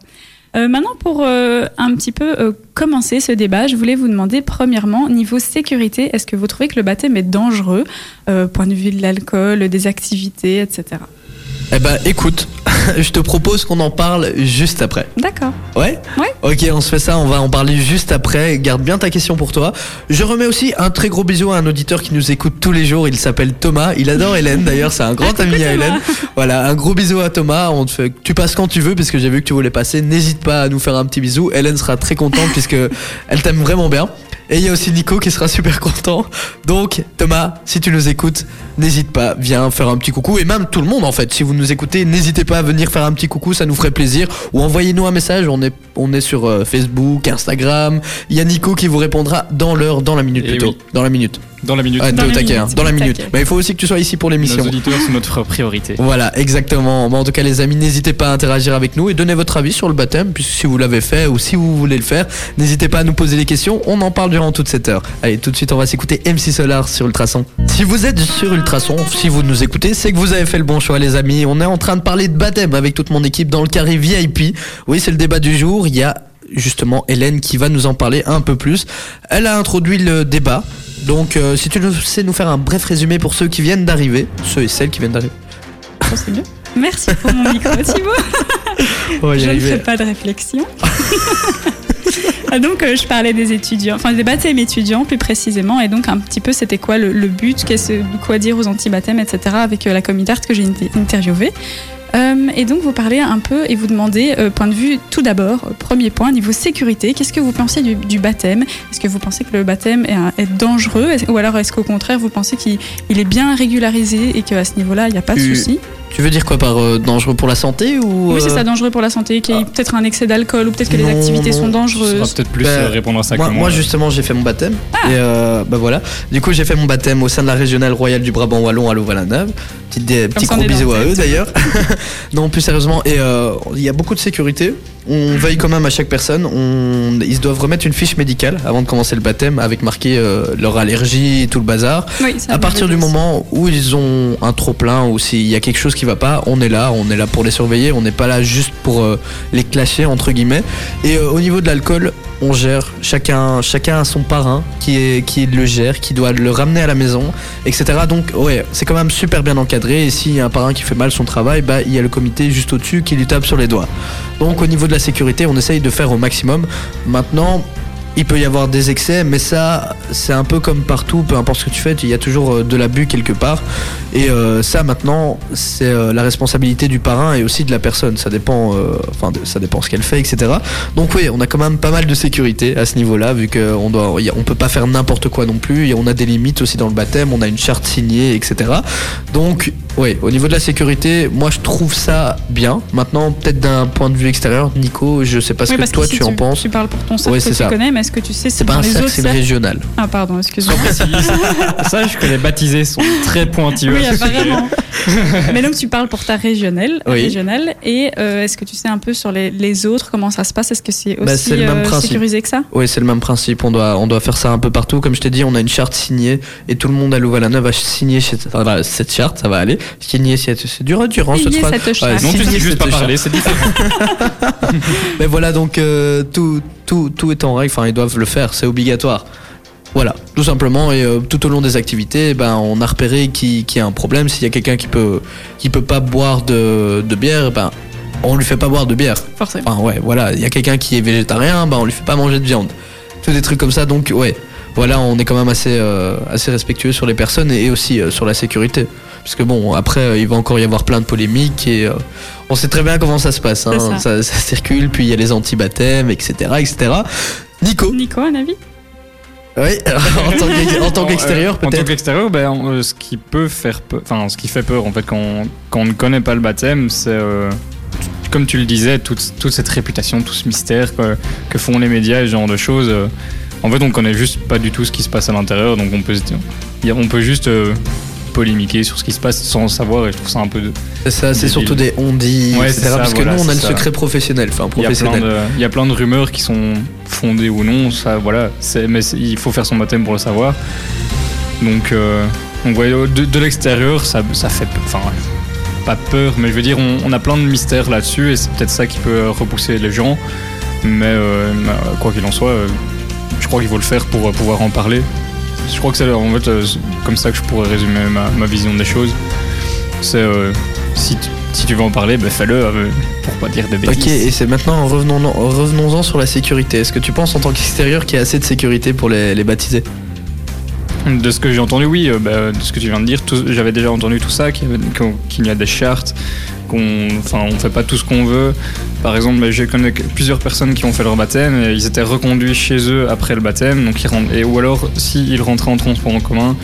S4: Euh, maintenant, pour euh, un petit peu euh, commencer ce débat, je voulais vous demander, premièrement, niveau sécurité, est-ce que vous trouvez que le baptême est dangereux, euh, point de vue de l'alcool, des activités, etc.
S1: Eh ben, écoute, [LAUGHS] je te propose qu'on en parle juste après.
S4: D'accord.
S1: Ouais
S4: Ouais.
S1: Ok, on se fait ça, on va en parler juste après. Garde bien ta question pour toi. Je remets aussi un très gros bisou à un auditeur qui nous écoute tous les jours. Il s'appelle Thomas. Il adore Hélène d'ailleurs, c'est un grand ami à Hélène. Voilà, un gros bisou à Thomas. On te fait, tu passes quand tu veux, puisque j'ai vu que tu voulais passer. N'hésite pas à nous faire un petit bisou. Hélène sera très contente, puisque elle t'aime vraiment bien. Et il y a aussi Nico qui sera super content. Donc, Thomas, si tu nous écoutes, n'hésite pas, viens faire un petit coucou. Et même tout le monde, en fait, si vous nous écoutez, n'hésitez pas à venir faire un petit coucou, ça nous ferait plaisir. Ou envoyez-nous un message, on est, on est sur euh, Facebook, Instagram. Il y a Nico qui vous répondra dans l'heure, dans la minute
S2: Eh
S1: plutôt.
S2: oui.
S1: Dans la minute.
S2: Dans la minute.
S1: Ouais, t'es
S4: Dans
S1: au
S4: la
S1: taquet,
S4: minute,
S1: hein, dans la
S4: au
S1: minute.
S4: taquet.
S1: Mais il faut aussi que tu sois ici pour
S2: Nos
S1: l'émission.
S2: auditeurs sont notre priorité.
S1: Voilà, exactement. Bon, en tout cas, les amis, n'hésitez pas à interagir avec nous et donner votre avis sur le baptême, puisque si vous l'avez fait ou si vous voulez le faire, n'hésitez pas à nous poser des questions. On en parle durant toute cette heure. Allez, tout de suite, on va s'écouter MC Solar sur Ultrason. Si vous êtes sur Ultrason, si vous nous écoutez, c'est que vous avez fait le bon choix, les amis. On est en train de parler de baptême avec toute mon équipe dans le carré VIP. Oui, c'est le débat du jour. Il y a justement Hélène qui va nous en parler un peu plus. Elle a introduit le débat. Donc, euh, si tu nous- sais nous faire un bref résumé pour ceux qui viennent d'arriver, ceux et celles qui viennent d'arriver.
S4: Ça, c'est mieux. Merci pour mon micro, Thibaut.
S1: On va Oh, y
S4: Je ne
S1: arriver.
S4: fais pas de réflexion. Ah, donc euh, je parlais des étudiants, enfin des baptêmes étudiants plus précisément, et donc un petit peu c'était quoi le, le but, qu'est-ce quoi dire aux anti-baptêmes, etc. avec euh, la communauté que j'ai inter- interviewée. Euh, et donc vous parlez un peu et vous demandez, euh, point de vue tout d'abord, euh, premier point, niveau sécurité, qu'est-ce que vous pensez du, du baptême Est-ce que vous pensez que le baptême est, un- est dangereux Est-ce- Ou alors est-ce qu'au contraire vous pensez qu'il il est bien régularisé et qu'à ce niveau-là il n'y a pas de
S1: Tu-
S4: souci
S1: Tu veux dire quoi par euh, dangereux pour la santé ou
S4: Oui c'est
S1: euh, Ah.
S4: ça, dangereux pour la santé, qu'il y ait peut-être un excès d'alcool ou peut-être que
S1: Non,
S4: les activités
S1: non,
S4: sont
S2: Tu sauras
S4: dangereuses.
S2: peut-être plus
S1: Bah,
S2: euh, répondre à ça
S1: Moi,
S2: que
S1: moi, justement j'ai fait mon baptême
S4: Ah.
S1: et euh, bah voilà du coup j'ai fait mon baptême au sein de la régionale royale du Brabant wallon à Louvain-la-Neuve petit, dé- petit
S4: ça, on
S1: gros
S4: est dans
S1: bisous
S4: le
S1: à
S4: thème.
S1: eux d'ailleurs [LAUGHS] non plus sérieusement et euh, il y a beaucoup de sécurité on veille quand même à chaque personne on, ils doivent remettre une fiche médicale avant de commencer le baptême avec marqué euh, leur allergie et tout le bazar
S4: Oui, ça
S1: À
S4: me
S1: partir
S4: l'avait
S1: du
S4: dit.
S1: moment où ils ont un trop plein ou s'il y a quelque chose qui va pas, on est là, on est là pour les surveiller, on n'est pas là juste pour euh, les clasher entre guillemets. Et euh, au niveau de l'alcool, on gère chacun chacun a son parrain qui est qui le gère, qui doit le ramener à la maison, etc. Donc ouais, c'est quand même super bien encadré. Et s'il y a un parrain qui fait mal son travail, bah il y a le comité juste au-dessus qui lui tape sur les doigts. Donc au niveau de la sécurité, on essaye de faire au maximum. Maintenant, il peut y avoir des excès, mais ça, c'est un peu comme partout, peu importe ce que tu fais, il y a toujours euh, de l'abus quelque part. Et euh, ça, maintenant, c'est euh, la responsabilité du parrain et aussi de la personne. Ça dépend, euh, enfin, de- ça dépend ce qu'elle fait, etc. Donc oui, on a quand même pas mal de sécurité à ce niveau-là, vu qu'on doit, y a- on peut pas faire n'importe quoi non plus. Et on a des limites aussi dans le baptême. On a une charte signée, etc. Donc oui, au niveau de la sécurité, moi je trouve ça bien. Maintenant, peut-être d'un point de vue extérieur, Nico, je sais pas ce
S4: Oui,
S1: que
S4: parce
S1: toi
S4: que si
S1: tu en penses.
S4: Tu parles pour ton cercle
S1: Ouais,
S4: que
S1: c'est
S4: tu
S1: ça.
S4: connais, mais est-ce que tu sais si
S1: C'est pas
S4: dans
S1: un
S4: les
S1: cercle,
S4: autres
S1: c'est une
S4: cercles-
S1: régionale.
S4: Ah pardon, excuse-moi.
S2: Sache que les baptisés sont très pointilleux.
S1: [LAUGHS]
S4: Oui,
S2: à ce sujet.
S4: apparemment. Mais donc tu parles pour ta régionale,
S1: Oui.
S4: régionale et euh, est-ce que tu sais un peu sur les, les autres comment ça se passe Est-ce que c'est aussi
S1: Bah, c'est le même
S4: euh,
S1: principe.
S4: sécurisé que ça
S1: Oui, c'est le même principe. On doit, on doit faire ça un peu partout. Comme je t'ai dit, on a une charte signée et tout le monde à Louvain-la-Neuve a signé chez- enfin, voilà, cette charte. Ça va aller. Signé, cette- c'est dur, dur, hein, cette
S4: Signé
S1: phrase.
S4: cette
S1: Ouais,
S4: charte.
S2: Non, tu
S1: signé
S2: sais juste
S1: cette
S2: pas
S1: charte.
S2: parler, c'est différent.
S1: Mais voilà, donc euh, tout, tout, tout est en règle. Enfin, ils doivent le faire, c'est obligatoire. Voilà, tout simplement. Et euh, tout au long des activités, eh ben, on a repéré qui, qui a un problème. S'il y a quelqu'un qui peut, qui peut pas boire de, de bière, eh ben, on lui fait pas boire de bière.
S4: Forcément.
S1: Enfin, ouais, voilà. Il y a quelqu'un qui est végétarien, bah, on lui fait pas manger de viande. Tout des trucs comme ça. Donc, ouais. Voilà, on est quand même assez, euh, assez respectueux sur les personnes et, et aussi euh, sur la sécurité. Parce que bon, après, euh, il va encore y avoir plein de polémiques et euh, on sait très bien comment ça se passe. hein.
S4: C'est
S1: Ça,
S4: ça.
S1: ça circule, puis il y a les anti-baptêmes, etc., etc. Nico
S4: Nico, un avis
S1: Oui, [LAUGHS] en tant qu'ex- en tant
S2: En,
S1: qu'extérieur,
S2: euh, En tant
S1: peut-être.
S2: qu'extérieur, ben, on- euh, ce qui peut faire peur, enfin, ce qui fait peur, en fait, quand on, quand on ne connaît pas le baptême, c'est, euh, t- comme tu le disais, toute, toute cette réputation, tout ce mystère que, que font les médias et ce genre de choses. euh, en fait, on connaît juste pas du tout ce qui se passe à l'intérieur, donc on peut, se dire- y a- on peut juste euh, polémiquer sur ce qui se passe sans savoir, et je trouve ça un peu. de-
S1: C'est ça, c'est
S2: Débile.
S1: surtout des on dit,
S2: Ouais,
S1: etc.
S2: c'est ça,
S1: parce que
S2: voilà,
S1: nous, on a
S2: c'est
S1: le
S2: ça.
S1: secret professionnel. Enfin,
S2: Il y, a
S1: professionnel.
S2: plein de, il y a plein de rumeurs qui sont fondées ou non, ça voilà, c'est- mais c'est- il faut faire son baptême pour le savoir. Donc, euh, donc ouais, de, de l'extérieur, ça, ça fait pe- enfin ouais, pas peur, mais je veux dire, on, on a plein de mystères là-dessus et c'est peut-être ça qui peut repousser les gens. Mais euh, bah, quoi qu'il en soit, euh, je crois qu'il faut le faire pour euh, pouvoir en parler. Je crois que c'est en fait euh, c'est comme ça que je pourrais résumer ma, ma vision des choses. C'est euh, si, tu- si tu veux en parler, bah, fais-le euh, pour pas dire de bêtises.
S1: Ok, et c'est maintenant revenons-en revenons sur la sécurité. Est-ce que tu penses en tant qu'extérieur qu'il y a assez de sécurité pour les, les baptisés
S2: De ce que j'ai entendu, oui, euh, bah, de ce que tu viens de dire, tout- j'avais déjà entendu tout ça, qu'il y, avait- qu'on- qu'il y a des chartes, qu'on enfin, on fait pas tout ce qu'on veut. Par exemple, bah, j'ai connu que- plusieurs personnes qui ont fait leur baptême et ils étaient reconduits chez eux après le baptême, donc ils rentrent- et, ou alors s'ils rentraient en transport en commun,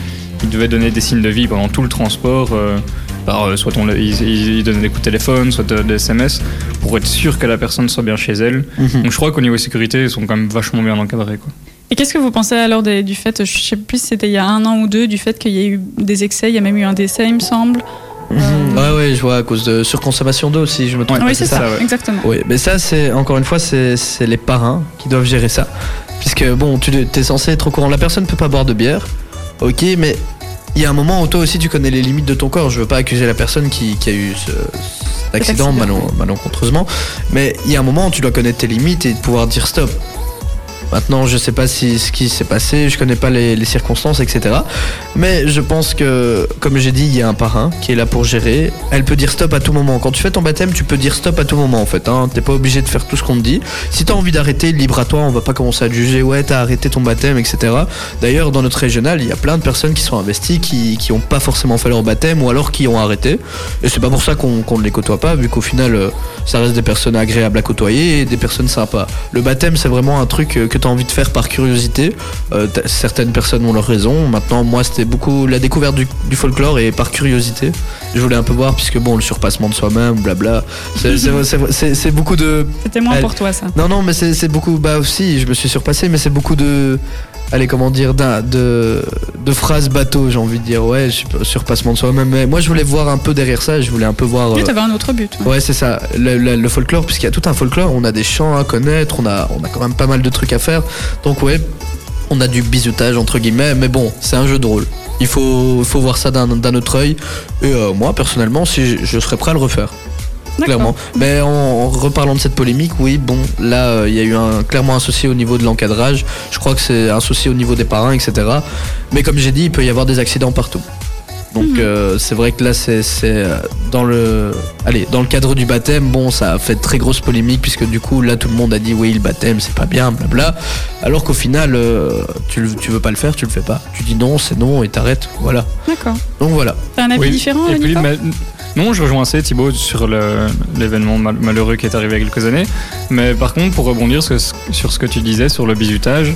S2: ils devaient donner des signes de vie pendant tout le transport. euh, par, euh, soit on, le- ils, ils- ils donnaient des coups de téléphone, soit euh, des SMS, pour être sûr que la personne soit bien chez elle.
S1: Mhm.
S2: Donc je crois qu'au niveau sécurité, ils sont quand même vachement bien encadrés. Quoi.
S4: Et qu'est-ce que vous pensez alors des- du fait, je sais plus si c'était il y a un an ou deux, du fait qu'il y ait eu des excès, il y a même eu un décès, il me semble.
S1: Ouais, ouais, je vois à cause de surconsommation d'eau, si je me trompe.
S4: Euh, oui,
S1: pas,
S4: c'est ça,
S2: ouais.
S4: exactement.
S1: Oui, mais ça, c'est encore une fois, c'est c'est les parrains qui doivent gérer ça. Puisque bon, tu es censé être au courant. La personne peut pas boire de bière, ok, mais il y a un moment où toi aussi tu connais les limites de ton corps. Je veux pas accuser la personne qui, qui a eu ce, cet accident
S4: accident,
S1: malon- malencontreusement, mais il y a un moment où tu dois connaître tes limites et pouvoir dire stop. Maintenant, je sais pas si ce qui s'est passé, je connais pas les, les circonstances, etc. Mais je pense que, comme j'ai dit, il y a un parrain qui est là pour gérer. Elle peut dire stop à tout moment. Quand tu fais ton baptême, tu peux dire stop à tout moment en fait. Hein. T'es pas obligé de faire tout ce qu'on te dit. Si t'as envie d'arrêter, libre à toi. On va pas commencer à te juger. Ouais, t'as arrêté ton baptême, etc. D'ailleurs, dans notre régional, il y a plein de personnes qui sont investies, qui, qui ont pas forcément fait leur baptême ou alors qui ont arrêté. Et c'est pas pour ça qu'on qu'on ne les côtoie pas, vu qu'au final, euh, ça reste des personnes agréables à côtoyer et des personnes sympas. Le baptême, c'est vraiment un truc euh, que t'as envie de faire par curiosité. Euh, t'as- certaines personnes ont leur raison. Maintenant, moi, c'était beaucoup la découverte du, du folklore et par curiosité. Je voulais un peu voir, puisque bon, le surpassement de soi-même, blabla. C'est- c'est- c'est- C'est c'est beaucoup de.
S4: C'était moins
S1: Elle-
S4: pour toi ça.
S1: Non, non, mais c'est c'est beaucoup. Bah aussi, je me suis surpassé, mais c'est beaucoup de. Allez, comment dire, d'un- de, de phrases bateau, j'ai envie de dire. Ouais, je- surpassement de soi-même. Mais moi, je voulais voir un peu derrière ça. Je voulais un peu voir.
S4: Tu
S1: euh,
S4: avais un autre but. ouais.
S1: Ouais, c'est ça, le, le- le folklore, puisqu'il y a tout un folklore, on a des chants à connaître, on a, on a quand même pas mal de trucs à faire. Donc, ouais, on a du bizutage entre guillemets, mais bon, c'est un jeu de rôle. Il faut, faut voir ça d'un d'un autre œil. Et euh, moi, personnellement, si je, je serais prêt à le refaire,
S4: D'accord.
S1: clairement. Mais en, en reparlant de cette polémique, oui, bon, là, euh, il y a eu un, clairement un souci au niveau de l'encadrage. Je crois que c'est un souci au niveau des parrains, etc. Mais comme j'ai dit, il peut y avoir des accidents partout. Donc euh, c'est vrai que là c'est c'est, euh, dans le allez dans le cadre du baptême bon ça a fait très grosse polémique puisque du coup là tout le monde a dit oui le baptême c'est pas bien blabla alors qu'au final euh, tu le- tu veux pas le faire tu le fais pas tu dis non c'est non et t'arrêtes voilà
S4: D'accord.
S1: donc voilà
S4: T'as un avis
S2: Oui.
S4: différent,
S2: Et puis,
S4: Nicolas
S2: ma- Non, je rejoins assez Thibaut sur le- l'événement mal- malheureux qui est arrivé il y a quelques années. Mais par contre, pour rebondir sur ce, sur ce que tu disais sur le bizutage,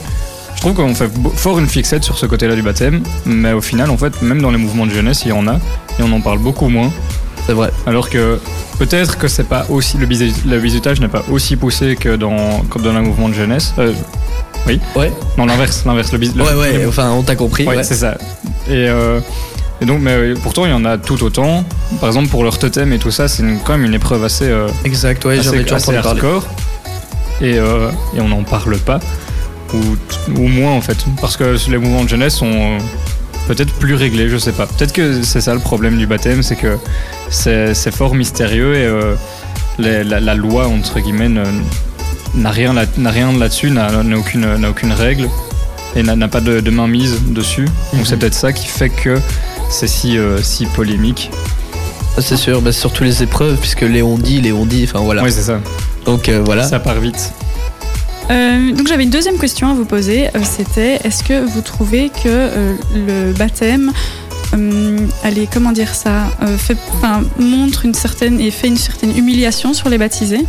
S2: je trouve qu'on fait bo- fort une fixette sur ce côté-là du baptême. Mais au final, en fait, même dans les mouvements de jeunesse, il y en a. Et on en parle beaucoup moins.
S1: c'est vrai
S2: Alors que peut-être que c'est pas aussi le, bisu- le bizutage n'est pas aussi poussé que dans, que dans un mouvement de jeunesse. Euh, oui.
S1: Ouais.
S2: Non, l'inverse, l'inverse. Le, bis- le-
S1: ouais
S2: les
S1: ouais enfin on t'a compris
S2: Ouais,
S1: ouais.
S2: c'est ça. Et, euh, et donc, mais euh, pourtant, il y en a tout autant. Par exemple, pour leur totem et tout ça, c'est une- quand même une épreuve assez, euh,
S1: exact ouais j'en
S2: assez,
S1: ai déjà
S2: assez
S1: entendu parler
S2: hardcore. Et, euh, et on n'en parle pas. Ou, t- ou moins, en fait. Parce que les mouvements de jeunesse sont euh, peut-être plus réglés, je sais pas. Peut-être que c'est ça le problème du baptême, c'est que c'est c'est fort mystérieux et euh, les- la, la loi, entre guillemets, ne- n'a rien, là- n'a rien là-dessus, n'a n'a aucune, n'a aucune règle et n'a n'a pas de, de mainmise dessus. Donc
S1: Mhm.
S2: c'est peut-être ça qui fait que c'est si, euh, si polémique.
S1: Ah, c'est sûr bah, surtout les épreuves puisque les on dit les on dit enfin voilà
S2: Oui, c'est ça.
S1: donc euh, voilà
S2: Ça part vite.
S4: Euh, donc j'avais une deuxième question à vous poser. euh, C'était est-ce que vous trouvez que euh, le baptême, euh, allez comment dire ça, euh, fait, enfin, montre une certaine et fait une certaine humiliation sur les baptisés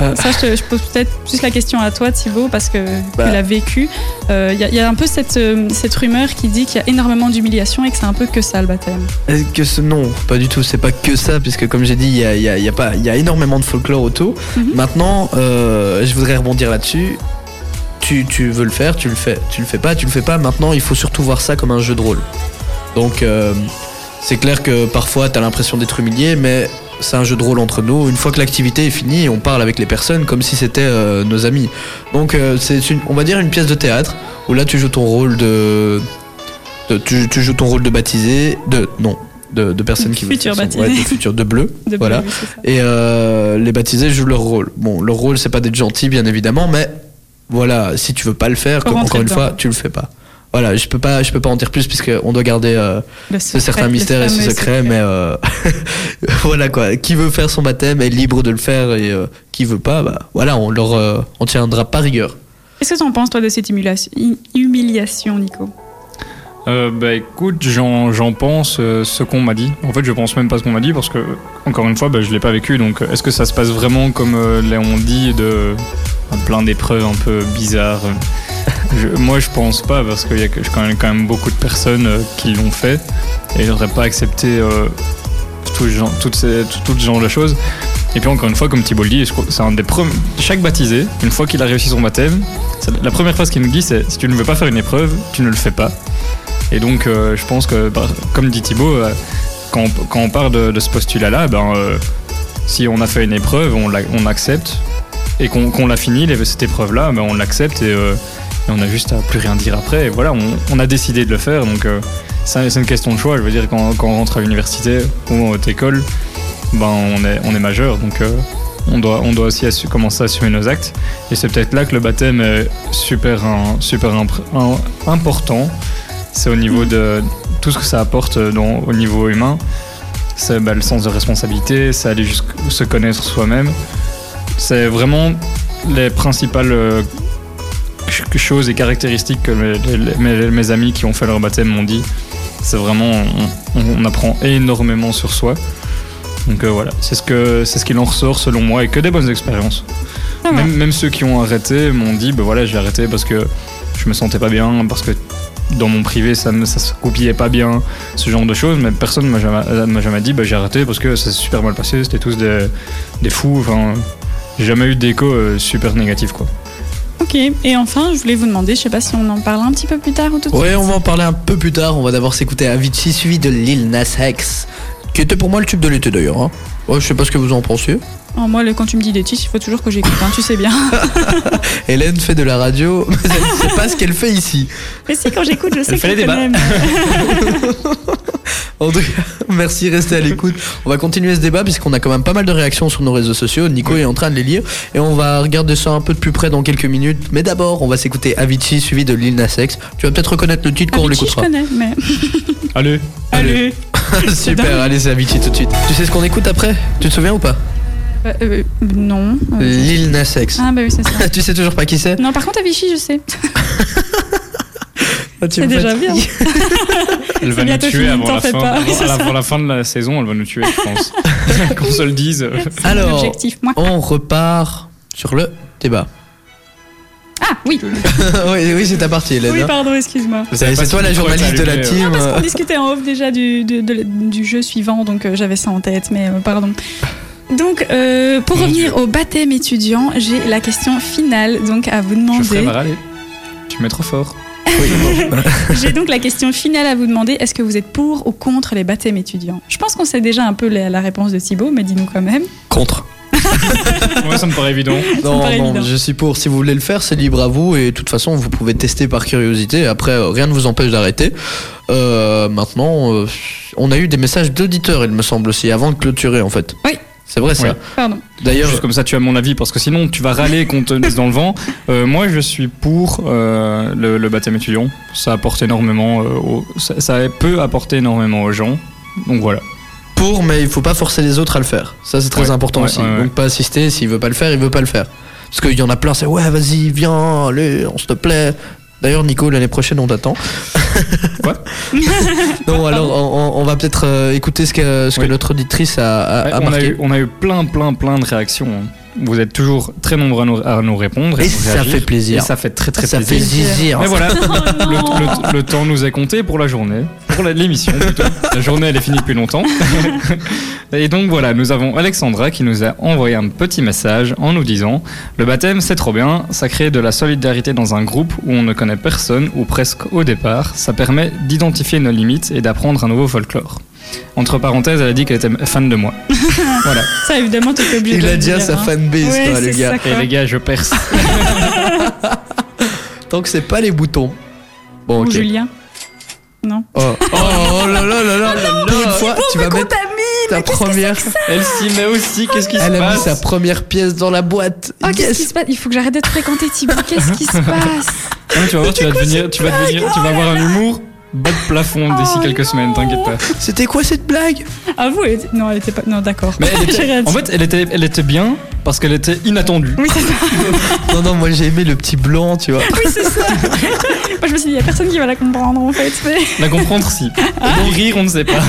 S1: Euh.
S4: Ça, je, te- je pose peut-être plus la question à toi, Thibaut, parce que
S1: Bah.
S4: tu l'as vécu. Euh, Il y, a- il y a un peu cette, euh, cette rumeur qui dit qu'il y a énormément d'humiliation et que c'est un peu que ça le baptême.
S1: Est-ce que ce, non, pas du tout, c'est pas que ça, puisque comme j'ai dit, il y a, il y a- il y a pas- il y a énormément de folklore autour.
S4: Mhm.
S1: Maintenant, euh, je voudrais rebondir là-dessus. Tu, tu veux le faire, tu le fais, tu le fais pas, tu le fais pas. Maintenant, il faut surtout voir ça comme un jeu de rôle. Donc, euh, c'est clair que parfois, t'as l'impression d'être humilié, mais c'est un jeu de rôle entre nous. Une fois que l'activité est finie, on parle avec les personnes comme si c'était euh, nos amis. Donc, euh, c'est une, on va dire une pièce de théâtre où là, tu joues ton rôle de. de- tu, tu joues ton rôle de baptisé, de non, de, de personne qui veut faire
S4: Futur
S1: son-
S4: baptisé.
S1: ouais, de futur de bleu,
S4: [LAUGHS] De
S1: voilà.
S4: plus, c'est ça.
S1: Et euh, les baptisés jouent leur rôle. Bon, leur rôle, c'est pas d'être gentil, bien évidemment, mais voilà, si tu veux pas le faire,
S4: Faut
S1: comme-
S4: rentrer
S1: encore une
S4: dedans.
S1: fois, tu le fais pas. Voilà, je peux pas, je peux pas en dire plus puisque on doit garder euh,
S4: Le
S1: ce
S4: secret,
S1: certain
S4: le
S1: mystère et ce
S4: fameux
S1: secret, mais euh, [LAUGHS] voilà quoi. Qui veut faire son baptême est libre de le faire et euh, qui veut pas, bah voilà, on leur, euh, on tiendra pas rigueur.
S4: Qu'est-ce que t'en penses toi de cette humiliation, humiliation Nico
S2: Euh, bah écoute, j'en j'en pense euh, ce qu'on m'a dit. En fait, je pense même pas ce qu'on m'a dit parce que, encore une fois, bah, je l'ai pas vécu. Donc, euh, est-ce que ça se passe vraiment comme euh, là, on dit de enfin, plein d'épreuves un peu bizarres euh, je- Moi, je pense pas parce qu'il y a que- quand même, quand même beaucoup de personnes euh, qui l'ont fait et n'auraient pas accepté euh, tout, ce genre- toutes ces, tout, tout ce genre de choses. Et puis encore une fois, comme Thibault le dit, je crois que c'est un des premiers. Chaque baptisé, une fois qu'il a réussi son baptême, c'est- la première phrase qu'il nous dit, c'est si tu ne veux pas faire une épreuve, tu ne le fais pas. Et donc, euh, je pense que, bah, comme dit Thibaut, euh, quand, on- quand on part de, de ce postulat-là, ben, euh, si on a fait une épreuve, on, l'a- on accepte et qu'on qu'on l'a fini, les- cette épreuve-là, ben, on l'accepte et, euh, et on a juste à plus rien dire après. Et voilà, on, on a décidé de le faire, donc euh, ça, c'est une question de choix. Je veux dire, quand, quand on rentre à l'université ou à haute école, ben, on, est, on est majeur, donc euh, on, doit, on doit aussi assu- commencer à assumer nos actes. Et c'est peut-être là que le baptême est super, hein, super impr- un- important. C'est au niveau de tout ce que ça apporte euh, dans- au niveau humain. C'est bah, le sens de responsabilité, c'est aller jusqu'à se connaître soi-même. C'est vraiment les principales euh, ch- choses et caractéristiques que mes, les- mes- mes amis qui ont fait leur baptême m'ont dit. C'est vraiment, on, on- on apprend énormément sur soi. Donc euh, voilà, c'est ce que c'est ce qu'il en ressort selon moi et que des bonnes expériences.
S4: Ça va.
S2: Même, même ceux qui ont arrêté m'ont dit, bah voilà, j'ai arrêté parce que je me sentais pas bien, parce que dans mon privé ça, me- ça se coupillait pas bien, ce genre de choses, mais personne m'a jamais, euh, m'a jamais dit, bah j'ai arrêté parce que ça s'est super mal passé, c'était tous des, des fous, enfin, j'ai jamais eu d'écho euh, super négatif quoi.
S4: Ok, et enfin, je voulais vous demander, je sais pas si on en parle un petit peu plus tard ou tout de
S1: Ouais,
S4: suite.
S1: on va en parler un peu plus tard. On va d'abord s'écouter Avicii suivi de Lil Nas X, qui était pour moi le tube de l'été d'ailleurs. hein. Ouais, je sais pas ce que vous en pensez.
S4: Oh, moi, le- quand tu me dis des titres, il faut toujours que j'écoute, hein, tu sais bien.
S1: Hélène fait de la radio, [LAUGHS] mais elle ne sait pas ce qu'elle fait ici.
S4: [LAUGHS] Mais si, quand j'écoute, je sais
S2: Elle
S4: que
S2: fait
S4: je
S2: les
S4: quand
S2: débats.
S4: même.
S1: En tout cas, [LAUGHS] merci, restez à l'écoute. On va continuer ce débat puisqu'on a quand même pas mal de réactions sur nos réseaux sociaux. Nico est en train de les lire et on va regarder ça un peu de plus près dans quelques minutes. Mais d'abord, on va s'écouter Avicii suivi de Lil Nas X. Tu vas peut-être reconnaître le titre quand on
S4: Avicii, je
S1: l'écoutera.
S4: connais, mais.
S2: Allez.
S1: Allez. [LAUGHS] Super, allez, c'est Avicii tout de suite. Tu sais ce qu'on écoute après Tu te souviens ou pas
S4: Euh, euh, non. euh,
S1: Lil Nas X.
S4: Ah, bah oui, c'est
S1: [LAUGHS]
S4: ça.
S1: tu sais toujours pas qui c'est
S4: Non, par contre, Avicii, je sais.
S1: Ah, tu
S4: C'est
S1: me fais-
S4: déjà bien.
S2: Elle va nous
S4: bientôt
S2: tuer
S4: fini,
S2: avant
S4: t'en
S2: la,
S4: fais
S2: fin,
S4: pas, oui,
S2: avant-
S4: c'est
S2: avant
S4: ça.
S2: la fin de la saison, elle va nous tuer, je
S4: [LAUGHS]
S2: pense. Qu'on se le dise.
S4: C'est [LAUGHS]
S1: Alors-
S4: mon objectif, moi.
S1: On repart sur le débat. [LAUGHS]
S4: Ah, oui.
S1: oui, oui, c'est ta partie, Hélène.
S4: Oui,
S1: hein.
S4: pardon, excuse-moi.
S2: Je savais
S1: C'est
S2: pas si
S1: toi
S2: le
S1: la
S2: micro était
S1: journaliste de la
S2: allumé, euh.
S1: team.
S2: Ah,
S1: euh.
S4: Parce qu'on discutait en off déjà du, de- de- du jeu suivant, donc euh, j'avais ça en tête, mais euh, pardon. Donc, euh, pour
S2: Mon
S4: revenir
S2: Dieu.
S4: au baptême étudiant, j'ai la question finale donc à vous
S2: euh, Geoffrey
S4: demander.
S2: va râler. Tu mets trop fort.
S4: J'ai donc la question finale à vous demander. Est-ce que vous êtes pour ou contre les baptêmes étudiants Je pense qu'on sait déjà un peu la, la réponse de Thibaut, mais dis-nous quand même.
S1: [LAUGHS] Contre.
S2: Moi, ça me paraît évident.
S4: me
S1: Non,
S4: paraît
S1: non,
S4: évident.
S1: je suis pour. Si vous voulez le faire, c'est libre à vous. Et de toute façon, vous pouvez tester par curiosité. Après, euh, rien ne vous empêche d'arrêter. Euh, maintenant, euh, on a eu des messages d'auditeurs, il me semble aussi, avant de clôturer, en fait.
S4: Oui.
S1: C'est vrai, ça.
S2: Oui.
S1: [LAUGHS]
S4: Pardon.
S1: D'ailleurs,
S2: Juste comme ça, tu as mon avis, parce que sinon, tu vas râler qu'on te dise dans le vent. Euh, moi, je suis pour euh, le, le baptême étudiant. Ça apporte énormément. euh, au- ça, ça peut apporter énormément aux gens. Donc voilà.
S1: pour, mais il faut pas forcer les autres à le faire. Ça, c'est très
S2: Ouais,
S1: important
S2: ouais,
S1: aussi.
S2: ouais, ouais.
S1: Donc, pas assister. S'il veut pas le faire, il veut pas le faire. Parce qu'il y en a plein, c'est ouais, vas-y, viens, allez, on se te plaît. D'ailleurs, Nico, l'année prochaine, on t'attend.
S2: Quoi
S1: Non, alors, on, on- on va peut-être euh, écouter ce que, ce que
S2: Oui.
S1: notre auditrice a, a- a
S2: Ouais, on, a
S1: marqué.
S2: eu, on a eu plein, plein, plein de réactions. hein. Vous êtes toujours très nombreux à nous, à nous répondre. à
S1: Et
S2: nous
S1: ça
S2: réagir.
S1: fait plaisir.
S2: Et ça fait très, très
S1: ça fait
S2: plaisir.
S1: zizir. [LAUGHS]
S2: Mais voilà,
S4: Oh non
S2: le, le- le temps nous est compté pour la journée, pour la- l'émission plutôt. [LAUGHS] La journée, elle est finie depuis [LAUGHS] longtemps. Et donc voilà, nous avons Alexandra qui nous a envoyé un petit message en nous disant Le baptême, c'est trop bien, ça crée de la solidarité dans un groupe où on ne connaît personne ou presque au départ. Ça permet d'identifier nos limites et d'apprendre un nouveau folklore. Entre parenthèses, elle a dit qu'elle était fan de moi. voilà.
S4: [LAUGHS] Ça, évidemment, t'étais obligé de
S1: Il a
S4: le
S1: déjà
S4: dire,
S1: sa
S4: hein.
S1: fanbase,
S4: Ouais,
S1: toi,
S4: c'est
S1: les gars.
S4: ça,
S2: Et
S4: quoi.
S2: les gars, je perce.
S1: Tant que c'est pas les boutons. Bon,
S4: Ou
S1: ok.
S4: Julien. Non.
S1: Oh, oh, oh là là là là. Pour une fois, tu vas mettre ta première.
S2: [LAUGHS] Elle s'y met aussi, qu'est-ce qui se
S1: Elle a mis
S2: passe
S1: sa première pièce dans la boîte.
S4: Oh, qu'est-ce
S1: Yes.
S4: qui se passe Il faut que j'arrête de te fréquenter, Thibaut.
S1: [LAUGHS]
S4: Qu'est-ce qui se passe
S2: Non, mais Hein, tu vas voir, tu vas devenir, tu vas devenir, tu vas avoir un humour bas de plafond d'ici
S4: Oh
S2: quelques
S4: non.
S2: semaines, t'inquiète pas.
S1: C'était quoi cette blague
S4: Ah, vous elle était- Non, elle était pas. Non, d'accord.
S2: Mais
S4: [LAUGHS]
S2: elle
S4: J'ai rien
S2: était, en
S4: dit.
S2: fait, elle était, elle était bien parce qu'elle était inattendue.
S4: Oui, c'est ça.
S1: Non, non, moi j'ai aimé le petit blanc, tu vois.
S4: Oui,
S2: [LAUGHS]
S4: c'est ça. Moi, je me suis dit, il n'y a personne qui va la comprendre, en fait. Mais...
S2: La comprendre, si.
S4: Ah.
S2: Et rire, on ne sait pas.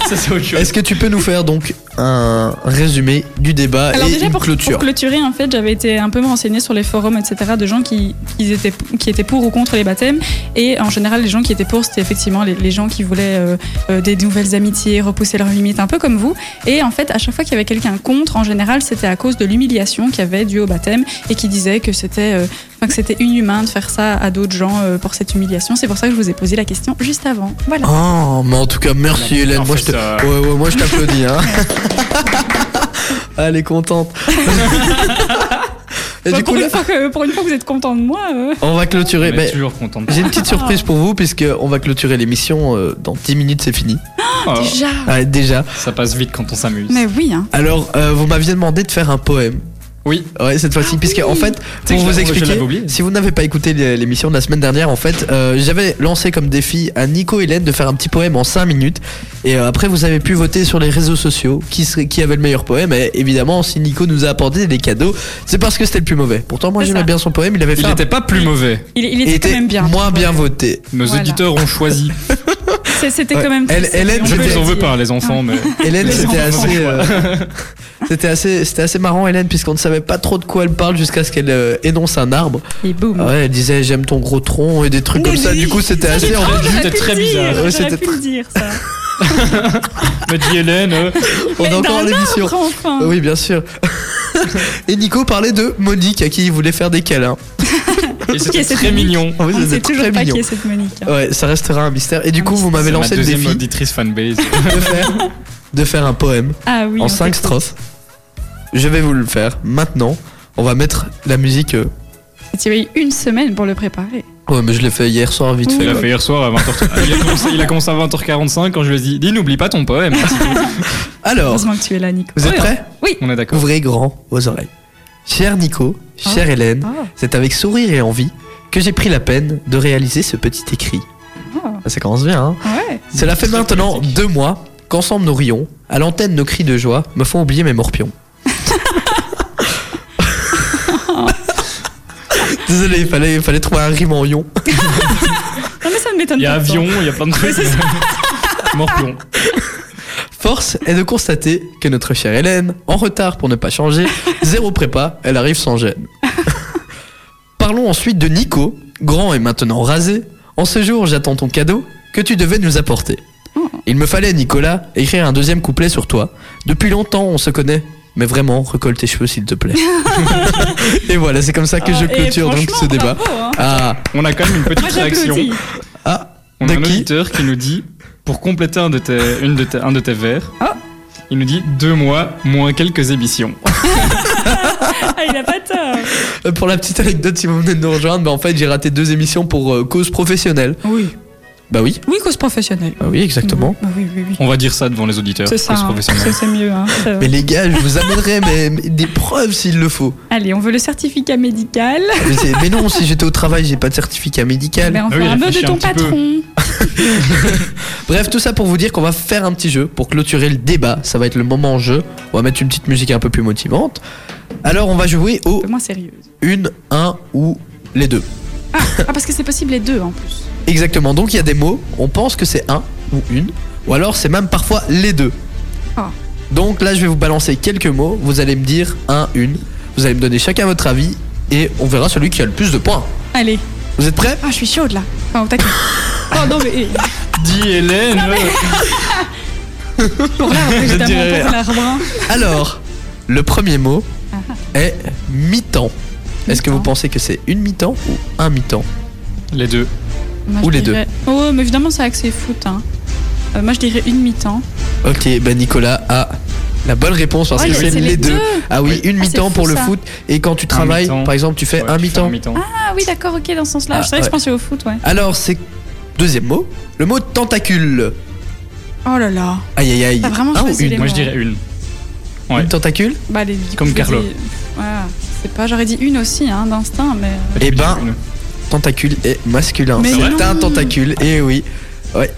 S2: [LAUGHS] Ça, c'est autre chose.
S1: Est-ce que tu peux nous faire donc un résumé du débat
S4: Alors,
S1: et
S4: déjà,
S1: une
S4: pour,
S1: clôture
S4: pour clôturer, en fait, j'avais été un peu me renseigner sur les forums, etc., de gens qui, qui étaient, qui étaient pour ou contre les baptêmes. Et en général, les gens qui étaient pour, c'était effectivement les, les gens qui voulaient euh, euh, des nouvelles amitiés, repousser leurs limites, un peu comme vous. Et en fait, à chaque fois qu'il y avait quelqu'un contre, en général, c'était à cause de l'humiliation qu'il y avait due au baptême et qui disait que c'était. euh, enfin, que c'était inhumain de faire ça à d'autres gens euh, pour cette humiliation. C'est pour ça que je vous ai posé la question juste avant. Voilà.
S1: Oh, mais en tout cas, merci Hélène.
S2: on
S1: Moi
S2: fait
S1: je, te...
S2: ça.
S1: ouais, ouais, moi, je t'applaudis. Hein. [LAUGHS] Elle est contente. Et
S4: Bah,
S1: Ah, du
S4: pour,
S1: coup, là,
S4: une fois que, pour une fois que vous êtes content de moi. euh.
S1: on va
S2: On
S1: clôturer.
S2: est
S1: mais
S2: toujours contente.
S1: J'ai une petite surprise pour vous, puisque on va clôturer l'émission. euh, dans 10 minutes, c'est fini.
S2: Oh,
S1: Ah.
S4: Déjà.
S1: Ouais, déjà.
S2: ça passe vite quand on s'amuse.
S4: Mais oui, hein.
S1: Alors, euh, vous m'aviez demandé de faire un poème.
S2: Oui.
S1: Ouais, cette fois-ci, puisque en fait, pour
S2: sais que je
S1: vous
S2: l'avais- je
S1: expliquer,
S2: l'avais oublié.
S1: si vous n'avez pas écouté l'é- l'émission de la semaine dernière, en fait, euh, j'avais lancé comme défi à Nico et Hélène de faire un petit poème en 5 minutes. Et euh, après, vous avez pu voter sur les réseaux sociaux qui, serait, qui avait le meilleur poème. Et évidemment, si Nico nous a apporté des cadeaux, c'est parce que c'était le plus mauvais. Pourtant, moi,
S4: C'est
S1: j'aimais
S4: ça.
S1: bien son poème. Il avait fait
S2: Il
S1: un-
S2: n'était pas plus mauvais.
S4: il, il était, quand même bien.
S1: moins bien voté.
S2: Nos
S4: Voilà.
S2: auditeurs ont choisi.
S4: C'est- C'était
S1: Ouais.
S4: quand même.
S1: Elle-
S4: triste,
S1: Hélène,
S4: mais [LAUGHS] on
S2: Je
S4: peut
S2: ne vous en
S4: le
S2: veux
S4: dire.
S2: pas, les enfants,
S4: [LAUGHS]
S2: mais.
S1: Hélène,
S4: Les
S1: c'était
S4: enfants.
S1: assez, euh, c'était assez, c'était assez marrant, Hélène, puisqu'on ne savait pas trop de quoi elle parle jusqu'à ce qu'elle euh, énonce un arbre.
S4: Et boum.
S1: Ah ouais, elle disait j'aime ton gros tronc et des trucs comme ça. Du coup, c'était assez. en-
S4: Ah, j'aurais
S2: c'était
S4: pu
S2: très
S4: le dire,
S2: bizarre.
S1: Ouais,
S4: J'aurais
S1: c'était
S4: pu le dire,
S1: [LAUGHS]
S4: ça.
S2: M'a dit Hélène. euh,
S1: On
S4: Mais
S1: a encore
S4: d'un
S1: l'émission.
S4: arbre, enfin.
S1: Oui, bien sûr. [LAUGHS] et Nico parlait de Monique à qui il voulait faire des câlins.
S2: Et c'était
S4: Ok, c'est
S2: très
S4: mignon.
S2: mignon.
S1: En fait,
S4: On ne
S1: c'était
S4: sait toujours
S1: très Oh.
S4: pas
S1: mignon.
S4: qui est cette Monique. hein.
S1: Ouais, ça restera un mystère. Et du
S4: Un
S1: coup, vous m'avez
S2: C'est
S1: lancé
S2: ma
S1: le
S2: deuxième
S1: défi [LAUGHS]
S2: auditrice fanbase.
S1: de faire, de faire un poème
S4: Ah oui.
S1: en
S4: on
S1: 5
S4: sait-
S1: strophes. je vais vous le faire maintenant. On va mettre la musique. euh,
S4: Tu as eu une semaine pour le préparer.
S1: Ouais, mais je l'ai fait hier soir vite fait.
S2: Il l'a
S1: quoi.
S2: fait hier soir à 20h.
S1: [LAUGHS]
S2: il, a commencé, il a commencé à 20h45 quand je lui ai dit, dis n'oublie pas ton poème.
S1: Alors,
S4: Heureusement que tu es là, Nico.
S1: vous êtes prêts
S2: On est
S4: [LAUGHS]
S2: d'accord.
S1: Ouvrez grand vos oreilles. Cher Nico, chère Hélène,
S4: Ah.
S1: c'est avec sourire et envie que j'ai pris la peine de réaliser ce petit écrit.
S4: Ah.
S1: Ça commence bien, hein
S4: Ouais.
S1: Cela fait maintenant deux mois qu'ensemble nous rions, à l'antenne nos cris de joie me font oublier mes morpions. [LAUGHS] Désolé, il fallait, il fallait trouver un rime en ion.
S4: Non, mais ça ne m'étonne
S2: Il y a
S4: pas.
S2: avion, il y a plein de trucs. [LAUGHS] Morpion.
S1: Force est de constater que notre chère Hélène, en retard pour ne pas
S4: [LAUGHS]
S1: changer, zéro prépa, elle arrive sans gêne. Parlons ensuite de Nico, grand et maintenant rasé. En ce jour, j'attends ton cadeau que tu devais nous apporter.
S4: Oh.
S1: Il me fallait, Nicolas, écrire un deuxième couplet sur toi. Depuis longtemps, on se connaît. Mais vraiment, recolle tes cheveux s'il te
S4: [LAUGHS]
S1: plaît. et voilà, c'est comme ça que je
S4: Ah, et
S1: clôture donc ce
S4: franchement,
S1: débat.
S4: bravo, hein.
S1: Ah,
S2: On a quand même une petite
S4: Moi,
S2: réaction.
S4: j'applaudis.
S1: ah,
S2: On
S1: De
S2: a un
S1: qui
S2: auditeur qui nous dit, pour compléter un de tes, une de tes- un de tes vers,
S4: Ah.
S2: il nous dit deux mois moins quelques émissions.
S4: Ah, il a pas tort.
S1: euh, pour la petite anecdote, si vous venez de nous rejoindre, bah, en fait, j'ai raté deux émissions pour euh, cause professionnelle.
S4: Oui.
S1: Bah oui.
S4: Oui, cause professionnelle.
S1: Bah oui, exactement.
S4: Bah oui, oui, oui.
S2: On va dire ça devant les auditeurs.
S4: C'est ça.
S2: cause
S4: hein.
S2: professionnelle.
S4: [LAUGHS] C'est c'est mieux. hein. Ça-
S1: Mais les gars, je vous amènerai mais- mais des preuves s'il le faut.
S4: Allez, on veut le certificat médical.
S1: Mais, c'est- mais non, si j'étais au travail, j'ai pas de certificat médical.
S4: Mais on
S2: Ah
S4: fait
S2: oui,
S4: un vœu de
S2: réfléchis un
S4: ton
S2: petit peu.
S4: patron.
S1: Bref, tout ça pour vous dire qu'on va faire un petit jeu pour clôturer le débat. Ça va être le moment en jeu. On va mettre une petite musique un peu plus motivante. Alors, on va jouer au
S4: Un peu moins sérieuse.
S1: une, un ou les deux.
S4: Ah, parce que c'est possible les deux en plus.
S1: Exactement. Donc, il y a des mots. On pense que c'est un ou une. Ou alors, c'est même parfois les deux.
S4: Ah.
S1: Donc là, je vais vous balancer quelques mots. Vous allez me dire un, une. Vous allez me donner chacun votre avis. Et on verra celui qui a le plus de points.
S4: Allez.
S1: Vous êtes prêts
S4: Ah, je suis chaude là. Enfin, au taquet. [LAUGHS] Oh non, mais.
S2: Dis Hélène
S4: Pour
S1: [LAUGHS]
S4: l'arbre,
S2: dirais-
S4: évidemment, pour l'arbre. hein.
S1: Alors, le premier mot est mi-temps. Est-ce que vous
S4: Ah. Mi-temps.
S1: pensez que c'est une mi-temps ou un mi-temps
S2: Les deux.
S4: Moi, je
S1: Ou les
S4: dirais- Oh, mais évidemment, c'est axé foot. Hein. Euh, moi, je dirais une mi-temps.
S1: Ok, ben Nicolas a la bonne réponse parce
S4: Oh,
S1: que
S4: les-
S1: c'est les, deux. Ah oui, une
S4: Ah,
S1: mi-temps
S4: c'est
S1: pour
S4: fou,
S1: le
S4: ça.
S1: foot et quand tu travailles,
S2: mi-temps.
S1: par exemple, tu fais
S2: Ouais,
S1: un
S2: tu fais
S1: mi-temps.
S4: Ah oui, d'accord, ok, dans ce sens-là.
S1: Ah,
S4: je savais que
S1: ouais.
S4: je pensais au foot, ouais.
S1: Alors, c'est deuxième mot, le mot tentacule.
S4: Oh là là.
S1: Aïe aïe aïe.
S4: T'as vraiment
S1: un ou
S4: choisi
S1: une
S4: les
S2: Moi je
S4: Ouais.
S2: dirais une.
S1: Une
S2: Ouais.
S1: tentacule
S4: Bah, les, du
S2: Comme
S4: je vais
S2: Carlo.
S4: dire- Voilà, c'est pas. J'aurais dit une aussi, hein, d'instinct, mais.
S1: Eh ben,
S2: Une.
S1: tentacule est masculin.
S4: Mais
S1: C'est
S4: non.
S1: un tentacule, et oui.
S4: Ouais,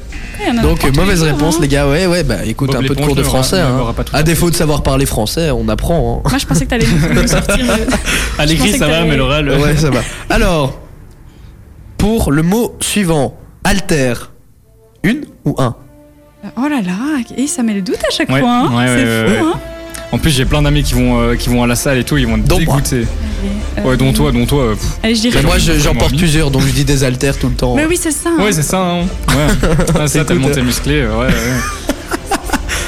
S4: on en a
S1: Donc,
S4: pas tous
S1: mauvaise
S4: les jours,
S1: réponse,
S4: hein.
S1: les gars. Ouais, ouais, bah écoute,
S2: Bob
S1: un peu de
S2: l'éponge
S1: cours de
S2: ne l'aura-
S1: français.
S2: ne
S1: hein.
S2: l'aura pas tout
S1: À
S2: à fait.
S1: défaut de savoir parler français, on apprend. hein.
S4: Moi, je pensais que t'allais nous nous sortir. le-
S2: À
S4: Je pensais
S2: l'écrit
S4: que
S2: ça va,
S4: t'allais-
S2: mais l'oral. euh,
S1: [LAUGHS] Ouais, ça va. Alors, pour le mot suivant, alter, une ou un
S4: [LAUGHS] Oh là là, et ça met le doute à chaque
S2: Ouais,
S4: fois. hein.
S2: ouais,
S4: c'est
S2: ouais,
S4: fou,
S2: ouais,
S4: hein.
S2: En plus, j'ai plein d'amis qui vont euh, qui vont à la salle et tout, ils vont être
S1: Dont moi.
S2: dégoûtés.
S4: Et, euh,
S2: Ouais, dont toi, dont toi. euh, pff.
S4: Allez, je dirais.
S1: Mais moi, je-
S2: j'en ai
S1: j'en porte
S2: mis.
S1: plusieurs, donc je dis des alters tout le temps.
S4: Mais oui, c'est ça. hein.
S2: Ouais, c'est ça. Hein.
S4: [LAUGHS]
S2: Ouais. Ah, ça, tellement
S1: T'écoutes,
S2: t'es musclé. euh, Ouais, ouais.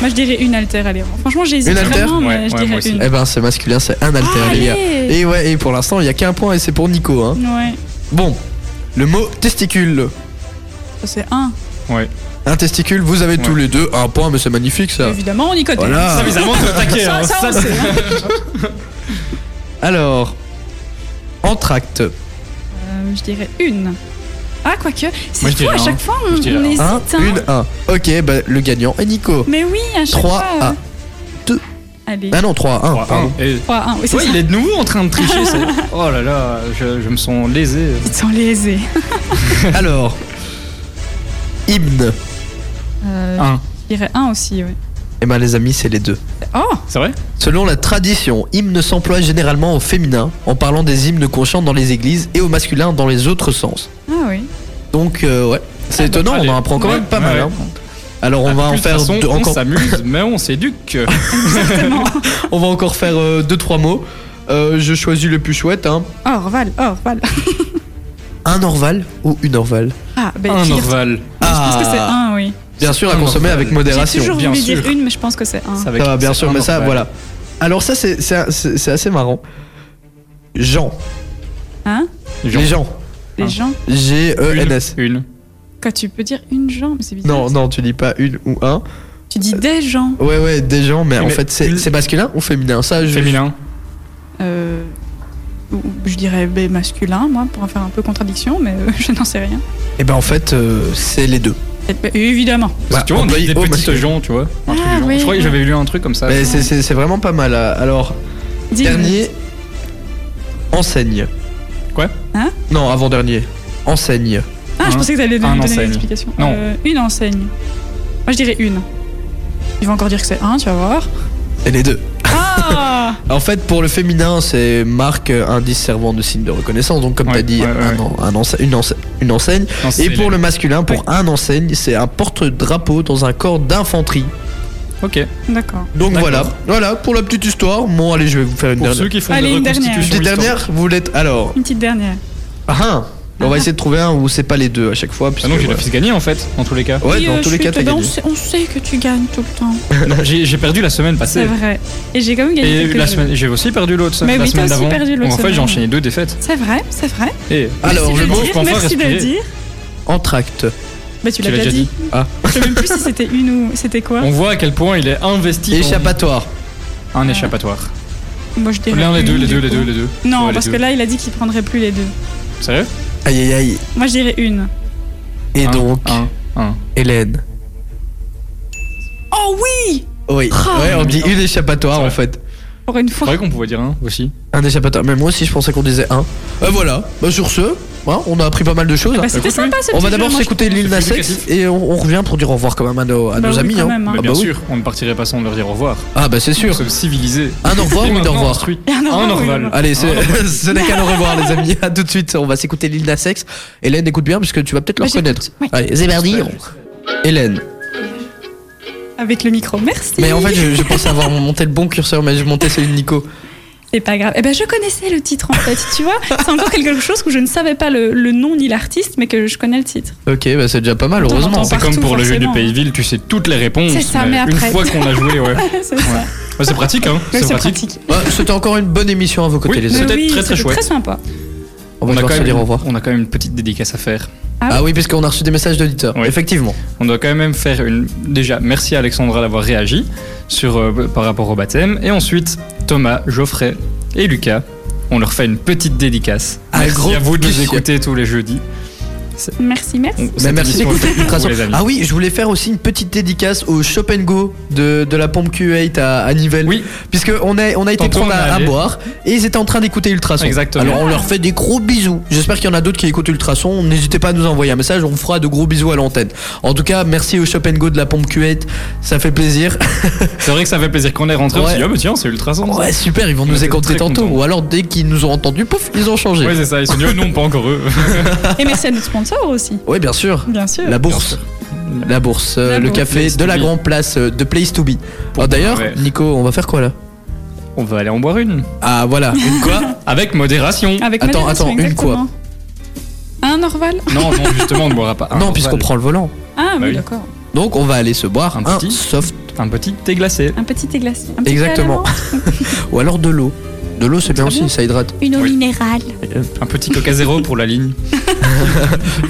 S4: Moi, je dirais une altère. Allez, franchement, j'hésite
S1: Une haltère
S4: vraiment, mais
S2: Ouais,
S4: je
S2: ouais, moi
S4: dirais
S2: aussi.
S4: une.
S1: Eh ben, c'est masculin, c'est un alter,
S4: Ah,
S1: les gars.
S4: allez.
S1: Et ouais, et pour l'instant, il n'y a qu'un point et c'est pour Nico. Hein.
S4: Ouais,
S1: Bon, le mot testicule.
S4: ça, c'est un.
S2: ouais.
S1: Un testicule, vous avez tous
S2: Ouais.
S1: les deux un point, mais c'est magnifique ça.
S4: Évidemment, on y connaît.
S1: Voilà.
S2: Ça, bizarrement, t'es au taquet,
S4: Ça,
S2: hein.
S4: ça, on
S2: Ça,
S4: sait,
S2: c'est-
S4: hein.
S1: Alors, entracte,
S4: Euh, Je dirais une. Ah, quoique,
S2: Moi,
S4: c'est
S2: je
S4: fou, à
S2: dirais un.
S4: chaque fois, on,
S2: Je dirais
S4: on
S2: un.
S4: hésite.
S1: un,
S4: hein.
S1: une, un. Ok, bah, le gagnant est Nico.
S4: Mais oui, à chaque
S1: 3
S4: fois. euh,
S1: à
S4: Allez,
S1: Ah non, 3 à 1,
S2: Ouais, [LAUGHS]
S1: pardon.
S2: et-
S4: 3 à 1. Oui, c'est
S2: Ouais,
S4: ça.
S2: il est de nouveau en train de tricher. c'est- [LAUGHS] Oh là là, je, je me sens lésé.
S4: Ils sont lésés.
S1: Alors, hymne.
S4: Euh,
S2: Un.
S4: Je dirais un aussi, ouais.
S1: Eh ben les amis, c'est les deux.
S4: Oh,
S2: C'est vrai
S1: Selon la tradition, hymne s'emploie généralement au féminin, en parlant des hymnes qu'on chante dans les églises, et au masculin dans les autres sens.
S4: ah oui.
S1: Donc euh, ouais, c'est
S2: Ah,
S1: étonnant,
S2: bah, allez.
S1: on en apprend quand
S2: Ouais,
S1: même pas
S2: ouais,
S1: mal.
S2: ouais.
S1: hein. Alors on va
S2: De
S1: en
S2: toute
S1: faire
S2: façon,
S1: deux-
S2: on
S1: encore,
S2: s'amuse, mais on s'éduque.
S1: on va encore faire euh, deux trois mots. Euh, je choisis le plus chouette, hein.
S4: Orval, Orval. [LAUGHS]
S1: un orval ou une orval.
S4: Ah, ben,
S2: [LAUGHS] Un
S4: figure-
S2: Orval.
S4: Je pense que c'est un, oui.
S1: bien sûr à
S2: un
S1: consommer
S2: Orval.
S1: avec
S4: J'ai
S1: modération.
S4: toujours
S2: Ah. bien
S4: voulu
S2: sûr.
S4: dire une, mais je pense que c'est un.
S2: Ça va,
S1: Ça va bien
S2: c'est
S1: sûr,
S2: un
S1: mais ça
S2: Orval.
S1: voilà. Alors ça c'est c'est- c'est- c'est assez marrant. Jean,
S4: Hein
S2: Jean.
S1: les gens,
S4: Les
S2: Un.
S4: gens
S1: G E N S.
S2: Une.
S4: Quand tu peux dire une jambe, c'est bizarre.
S1: Non, non, tu dis pas une ou un.
S4: Tu dis des gens.
S1: Ouais, ouais, des gens, mais, en
S2: mais
S1: fait, c'est
S2: une-
S1: c'est masculin ou féminin Ça, je.
S2: Féminin.
S1: Bah,
S4: Euh, ou- je dirais B masculin, moi, pour en faire un peu contradiction, mais euh, [LAUGHS] je n'en sais rien.
S1: Et ben en fait, euh, c'est les deux.
S4: Peut-être- mais Évidemment.
S2: Parce que tu vois, on
S1: Bah,
S2: dit des
S1: oh,
S2: petites
S1: monsieur.
S2: gens, tu vois. un truc
S4: Ah,
S2: du genre.
S4: oui,
S2: Je crois que
S4: oui.
S2: j'avais lu un truc comme ça.
S1: Mais c'est- c'est c'est vraiment pas mal. euh, Alors,
S4: Dis-
S1: dernier. Enseigne.
S2: Quoi
S4: Hein
S1: Non, avant-dernier. Enseigne.
S4: Ah, je
S2: Un-
S4: pensais que tu allais
S2: un
S4: donner
S2: enseigne.
S4: une explication. Euh,
S2: Non.
S4: une enseigne. Moi, je dirais une. Ils vont encore dire que c'est un, tu
S2: [LAUGHS]
S4: vas voir.
S1: Et les deux.
S4: Ah
S1: En fait, pour le féminin, c'est marque, euh, indice servant de signe de reconnaissance. Donc, comme
S2: Ouais,
S1: t'as dit,
S2: ouais,
S1: un
S2: ouais,
S1: en- un ense- une, ense- une enseigne.
S2: Non,
S1: Et
S2: c'est
S1: pour
S2: les-
S1: le masculin, pour
S2: Ouais.
S1: un enseigne, c'est un porte-drapeau dans un corps d'infanterie.
S2: Ok.
S4: D'accord.
S1: Donc
S2: D'accord.
S1: voilà, voilà pour la petite histoire. Bon, allez, je vais vous faire une
S2: Pour
S1: dernière.
S2: ceux qui font
S4: Allez,
S2: des
S4: une dernière.
S2: reconstitutions.
S1: Petite
S2: historiques.
S1: dernière, vous l'êtes. Alors,
S4: Une petite dernière.
S1: ah, hein. on va essayer de trouver un où c'est pas les deux à chaque fois.
S2: Ah
S1: puisque,
S2: non, j'ai
S1: voilà.
S2: d'office gagné en fait, en tous les cas.
S1: Ouais,
S4: Oui,
S1: dans
S4: euh,
S1: tous
S4: je
S1: les
S4: suis
S1: cas, t'as
S4: dedans.
S1: gagné.
S4: On sait, on sait que tu gagnes tout le temps.
S2: Non, j'ai j'ai perdu la semaine passée.
S4: C'est vrai. Et j'ai quand même gagné.
S2: Et
S4: quelques
S2: la
S4: jeux.
S2: semaine, j'ai aussi perdu l'autre
S4: Mais
S2: semaine. la
S4: oui, t'as
S2: semaine
S4: aussi
S2: d'avant.
S4: perdu l'autre
S2: Donc en fait, j'ai
S4: semaine.
S2: enchaîné deux défaites.
S4: C'est vrai, c'est vrai.
S2: Et
S1: Alors,
S4: merci
S1: je
S4: de
S1: pense
S4: le dire.
S2: qu'on peut
S4: Merci de le
S2: respirer.
S4: dire.
S1: Entracte.
S4: Bah,
S2: Tu
S4: tu l'as
S2: l'as
S4: déjà
S2: déjà
S4: dit.
S1: Ah.
S4: Je sais même plus si c'était une ou c'était quoi.
S2: on voit à quel point il est investi. dans
S1: Échappatoire.
S2: Un échappatoire.
S4: Moi, je dirais.
S2: L'un, les
S4: une,
S2: deux, les
S4: du
S2: deux, les
S4: coup.
S2: deux, les deux.
S4: Non,
S2: Ouais, les
S4: parce que
S2: deux.
S4: là, il a dit qu'il prendrait plus les deux.
S2: Sérieux
S1: Aïe aïe aïe.
S4: Moi, je dirais une.
S1: Et
S2: Un,
S1: donc,
S2: un, un.
S1: Hélène.
S4: Oh oui
S1: Oui.
S4: Ah.
S1: ouais, on dit une échappatoire
S2: C'est
S1: en
S2: vrai.
S1: fait.
S4: Pour Ah une
S2: C'est
S4: fois. Bah,
S2: vrai qu'on pouvait dire un aussi.
S1: Un échappatoire. Mais moi aussi, je pensais qu'on disait un. Euh, voilà. Bah, sur ce, hein, on a appris pas mal de choses.
S4: Bah,
S1: hein.
S4: c'était
S2: Écoute,
S4: sympa ce
S1: On va
S4: petit jeu,
S1: d'abord
S4: moi, je
S1: s'écouter Lil Nas
S2: C'est
S1: X et on, on revient pour dire au revoir quand même à nos, à
S4: Bah
S1: nos
S4: oui,
S1: amis.
S4: quand
S1: hein.
S4: même, hein.
S2: Mais
S1: Ah,
S2: bien
S1: bah oui.
S2: sûr, on ne partirait pas sans leur dire au revoir.
S1: Ah bah c'est
S2: Nous
S4: [LAUGHS]
S1: sûr.
S2: sommes civilisés.
S1: Un au revoir
S2: Et
S1: ou une au
S2: maintenant,
S1: revoir
S2: instruits.
S4: Un au revoir
S2: Un
S4: ou une
S2: au
S4: au
S2: revoir.
S4: revoir.
S1: Allez, ce, [LAUGHS] ce n'est qu'à au revoir, les amis. À tout de suite. On va s'écouter Lil Nas X. Hélène, écoute bien, puisque tu vas peut-être le
S4: Bah, j'écoute,
S1: reconnaître.
S4: oui.
S1: Allez, Zéberdi. Hélène.
S4: Avec le micro, merci.
S1: Mais en fait, je, je pensais avoir monté le bon curseur, mais je montais celui de Nico.
S4: C'est pas grave. Eh ben, je connaissais le titre en fait, tu vois. C'est encore quelque chose que je ne savais pas le, le nom ni l'artiste, mais que je connais le titre.
S1: Ok, bah c'est déjà pas mal,
S4: Attends,
S1: heureusement.
S4: attends.
S2: C'est comme
S4: Partout,
S2: pour le jeu du
S4: forcément.
S2: Pays-Ville, tu sais toutes les réponses.
S4: C'est ça, mais
S2: Une
S4: après.
S2: fois qu'on a joué,
S4: [LAUGHS]
S2: ouais. Ouais,
S4: [LAUGHS] C'est ça.
S2: c'est pratique, hein.
S4: Mais
S2: C'est pratique.
S1: Bah, C'était encore une bonne émission à vos côtés,
S2: Oui,
S1: les
S2: mais-
S1: amis.
S2: peut-être
S4: oui, Ah
S2: très, très
S4: c'était
S2: chouette.
S4: Très sympa.
S1: On va devoir se
S2: même
S1: dire
S2: une-
S1: au revoir.
S2: on a quand même une petite dédicace à faire.
S4: Ah
S1: Ah oui, parce qu'on a reçu des messages d'auditeurs.
S2: Oui.
S1: Effectivement.
S2: On doit quand même faire une. Déjà, merci à Alexandra d'avoir réagi sur, euh, par rapport au baptême. Et ensuite, Thomas, Geoffrey et Lucas, on leur fait une petite dédicace.
S1: Un
S2: merci
S1: gros
S2: à vous de nous
S1: kiff.
S2: écouter tous les jeudis.
S4: Merci, merci.
S2: [LAUGHS] On-
S1: Mais
S2: cette
S1: Bah, merci
S2: émission est
S1: d'écouter
S2: faite pour
S1: Ultrason.
S2: vous, les amis.
S1: Ah oui, je voulais faire aussi une petite dédicace au Shop and Go de, de la pompe Q8 à, à Nivelles.
S2: Oui,
S1: Puisque on a, on a été
S2: Tantôt,
S1: prendre
S2: on est
S1: à, à
S2: allé.
S1: boire et ils étaient en train d'écouter Ultrason.
S2: Exactement.
S1: Alors on leur fait des gros bisous. J'espère qu'il y en a d'autres qui écoutent Ultrason. N'hésitez pas à nous envoyer un message. On fera de gros bisous à l'antenne. En tout cas, merci au Shop and Go de la pompe Q8. Ça fait
S2: [LAUGHS]
S1: plaisir.
S2: c'est vrai que ça fait plaisir qu'on est rentré. On
S1: Ouais.
S2: s'est dit, ah, mais tiens, c'est ultra sens.
S1: Ouais, super. Ils vont
S2: On
S1: nous
S2: était
S1: écouter
S2: très
S1: tantôt.
S2: contents.
S1: Ou alors dès qu'ils nous ont entendus, pouf, ils ont changé.
S2: Ouais, c'est ça. Ils se sont dit, oh, non, pas encore eux.
S4: Et merci à notre sponsor aussi,
S1: Ouais, bien sûr.
S4: bien sûr.
S1: La bourse. La bourse, euh,
S4: La
S1: le
S4: bourse.
S1: café
S2: Place
S1: de
S2: to
S1: la
S2: be.
S1: Grand Place euh, de Place to Be. Alors d'ailleurs,
S2: boire un verre.
S1: Nico, on va faire quoi là
S2: On va aller en boire une.
S1: Ah voilà, une quoi
S2: Avec modération.
S4: Avec
S1: Attends,
S4: modération,
S1: attends, une
S4: exactement. Un Orval
S2: Non, non, justement, on ne boira pas. un
S1: Non,
S2: Orval.
S1: puisqu'on prend le volant.
S4: Ah
S2: Bah
S4: oui,
S2: oui.
S4: d'accord.
S1: Donc on va aller se boire
S2: Un
S1: un,
S2: petit
S1: soft
S2: Un petit thé glacé.
S4: Un petit thé glacé. Un petit
S1: Exactement.
S4: thé à
S1: ou alors de l'eau. De l'eau c'est bien
S4: Très
S1: aussi,
S4: bien.
S1: ça hydrate.
S4: la menthe. Une eau
S2: Oui.
S4: minérale.
S2: Un petit coca zéro pour la ligne.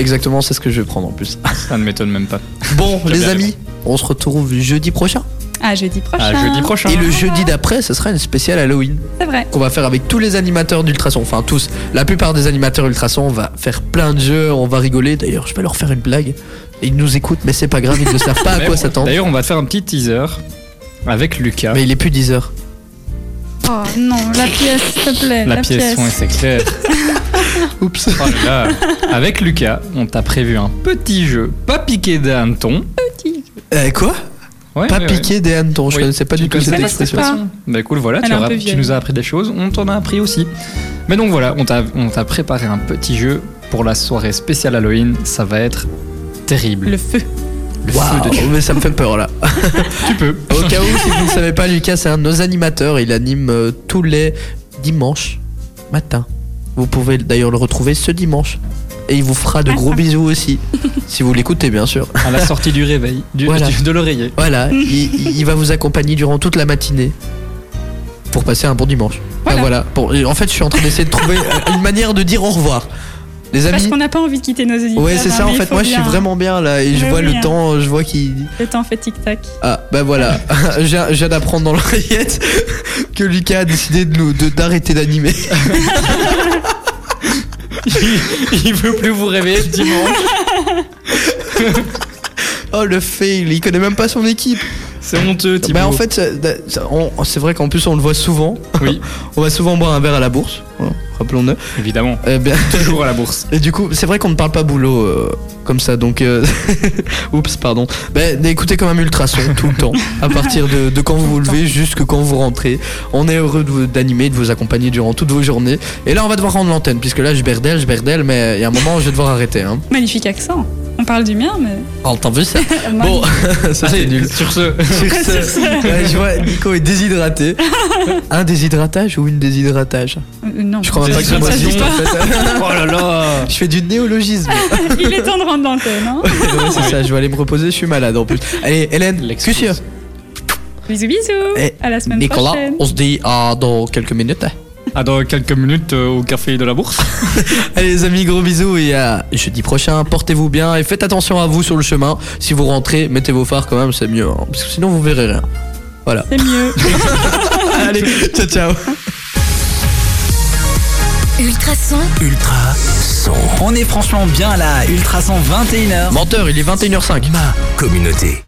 S1: Exactement, c'est ce que je vais prendre en plus.
S2: Ça ne m'étonne même pas.
S1: Bon
S2: Très
S1: les
S2: bien,
S1: amis, on se retrouve jeudi prochain.
S4: À Ah, jeudi prochain.
S2: À Ah, jeudi prochain.
S1: Et le jeudi d'après, ce sera une spéciale Halloween
S4: C'est vrai.
S1: qu'on va faire avec tous les animateurs d'Ultrason. Enfin tous, la plupart des animateurs Ultrason, on va faire plein de jeux, on va rigoler. D'ailleurs, je vais leur faire une blague. Ils nous écoutent, mais c'est pas grave, ils ne savent [LAUGHS] pas à
S2: Mais
S1: quoi
S2: on-
S1: s'attendre.
S2: D'ailleurs, on va te faire un petit teaser avec Lucas.
S1: Mais il est plus 10h.
S4: Oh non, la pièce, s'il te plaît.
S2: la, pièce, ouais, c'est
S4: [LAUGHS]
S2: clair.
S1: Oups.
S2: Oh là là. Avec Lucas, on t'a prévu un petit jeu, pas piqué d'un hanneton.
S1: Euh, quoi
S2: Ouais,
S1: Pas
S2: ouais, ouais.
S1: piqué des hannetons, je
S2: Oui,
S1: connaissais pas
S2: tu
S1: du tout
S2: connaissais
S1: cette
S2: pas
S1: expression.
S2: expression. Bah cool, voilà, tu,
S4: Elle est un
S2: auras-
S4: peu
S2: tu
S4: vieille.
S2: nous as appris des choses, on t'en a appris aussi. Mais donc voilà, on t'a on t'a préparé un petit jeu pour la soirée spéciale Halloween. Ça va être terrible.
S4: Le feu.
S2: Le feu
S1: Waouh,
S2: de Dieu.
S1: mais ça me fait peur
S2: [LAUGHS]
S1: là.
S2: Tu
S4: [LAUGHS]
S2: peux.
S1: Au cas où, si vous ne savez pas, Lucas, c'est un de nos animateurs. Il anime euh, tous les dimanches matin. Vous pouvez d'ailleurs le retrouver ce dimanche. Et il vous fera de
S4: Ah,
S1: gros
S4: ça.
S1: bisous aussi. [LAUGHS] si vous l'écoutez, bien sûr.
S2: À la sortie du réveil, du,
S1: Voilà.
S2: du- de l'oreiller.
S1: Voilà, il, il va vous accompagner durant toute la matinée pour passer un bon dimanche. Ah,
S4: Voilà.
S1: voilà. Bon, et en fait, je suis en train d'essayer de trouver euh, une manière de dire au revoir. Les
S4: Parce
S1: amis.
S4: qu'on n'a pas envie de quitter nos éditeurs.
S1: Ouais, c'est
S4: hein,
S1: ça en
S4: mais il
S1: fait.
S4: faut
S1: Moi, je suis
S4: bien-
S1: vraiment bien là et je
S4: Oui,
S1: vois
S4: oui,
S1: le
S4: hein.
S1: temps, je vois qu'il.
S4: Le temps fait tic-tac.
S1: Ah, bah voilà. [LAUGHS] je viens- je viens d'apprendre dans l'oreillette [LAUGHS] que Lucas a décidé de nous de- d'arrêter d'animer. [LAUGHS]
S2: Il veut plus vous réveiller le dimanche.
S1: Oh le fail, il connaît même pas son équipe.
S2: C'est honteux, Thibaut.
S1: Bah en fait, ça- ça- on- c'est vrai qu'en plus on le voit souvent.
S2: Oui,
S1: [LAUGHS] On va souvent boire un verre à la bourse, voilà, rappelons-le. [LAUGHS]
S2: évidemment.
S1: Eh bien,
S2: Toujours à la bourse.
S1: Et du coup, c'est vrai qu'on ne parle pas boulot euh, comme ça, donc. euh, [LAUGHS] Oups, pardon. Ben, écoutez quand même Ultrason tout le temps, à partir de, de quand vous vous levez jusque quand vous rentrez. On est heureux de vous- d'animer, de vous accompagner durant toutes vos journées. Et là, on va devoir rendre l'antenne, puisque là, je berdelle, je berdelle, mais il y a un moment, je vais devoir arrêter. Hein.
S4: Magnifique accent. On parle du mien, mais. euh,
S1: Oh, t'as vu ça Bon, [LAUGHS] ça c'est
S2: Allez,
S1: nul.
S2: sur ce.
S1: Sur ce, ouais, je vois, Nico est déshydraté. Un déshydratage ou une déshydratage
S4: Euh, Non.
S1: Je crois même pas que ce mot
S2: Déshydratation.
S1: existe en fait.
S2: Oh là là
S1: Je fais du néologisme. [LAUGHS]
S4: Il est temps de rendre l'antenne. Hein
S1: Ouais, c'est ça, je vais aller me reposer, je suis malade en plus. Allez, Hélène, que
S2: L'excuse.
S1: sûr
S4: bisous, bisous.
S1: Eh,
S4: à la semaine
S1: Nicolas,
S4: prochaine.
S1: on se dit à dans quelques minutes. hein.
S2: Ah, dans quelques minutes euh, au café de la bourse.
S1: Allez les amis, gros bisous et à jeudi prochain. Portez-vous bien et faites attention à vous sur le chemin. Si vous rentrez, mettez vos phares quand même, c'est mieux. hein, parce que sinon, vous verrez rien.
S4: C'est mieux.
S1: [LAUGHS]
S4: [LAUGHS]
S1: Allez, ciao, ciao.
S5: Ultrason.
S7: Ultra son. On est franchement bien là, Ultra son 21h.
S1: Menteur, il est 21h05.
S7: Ma
S6: Communauté.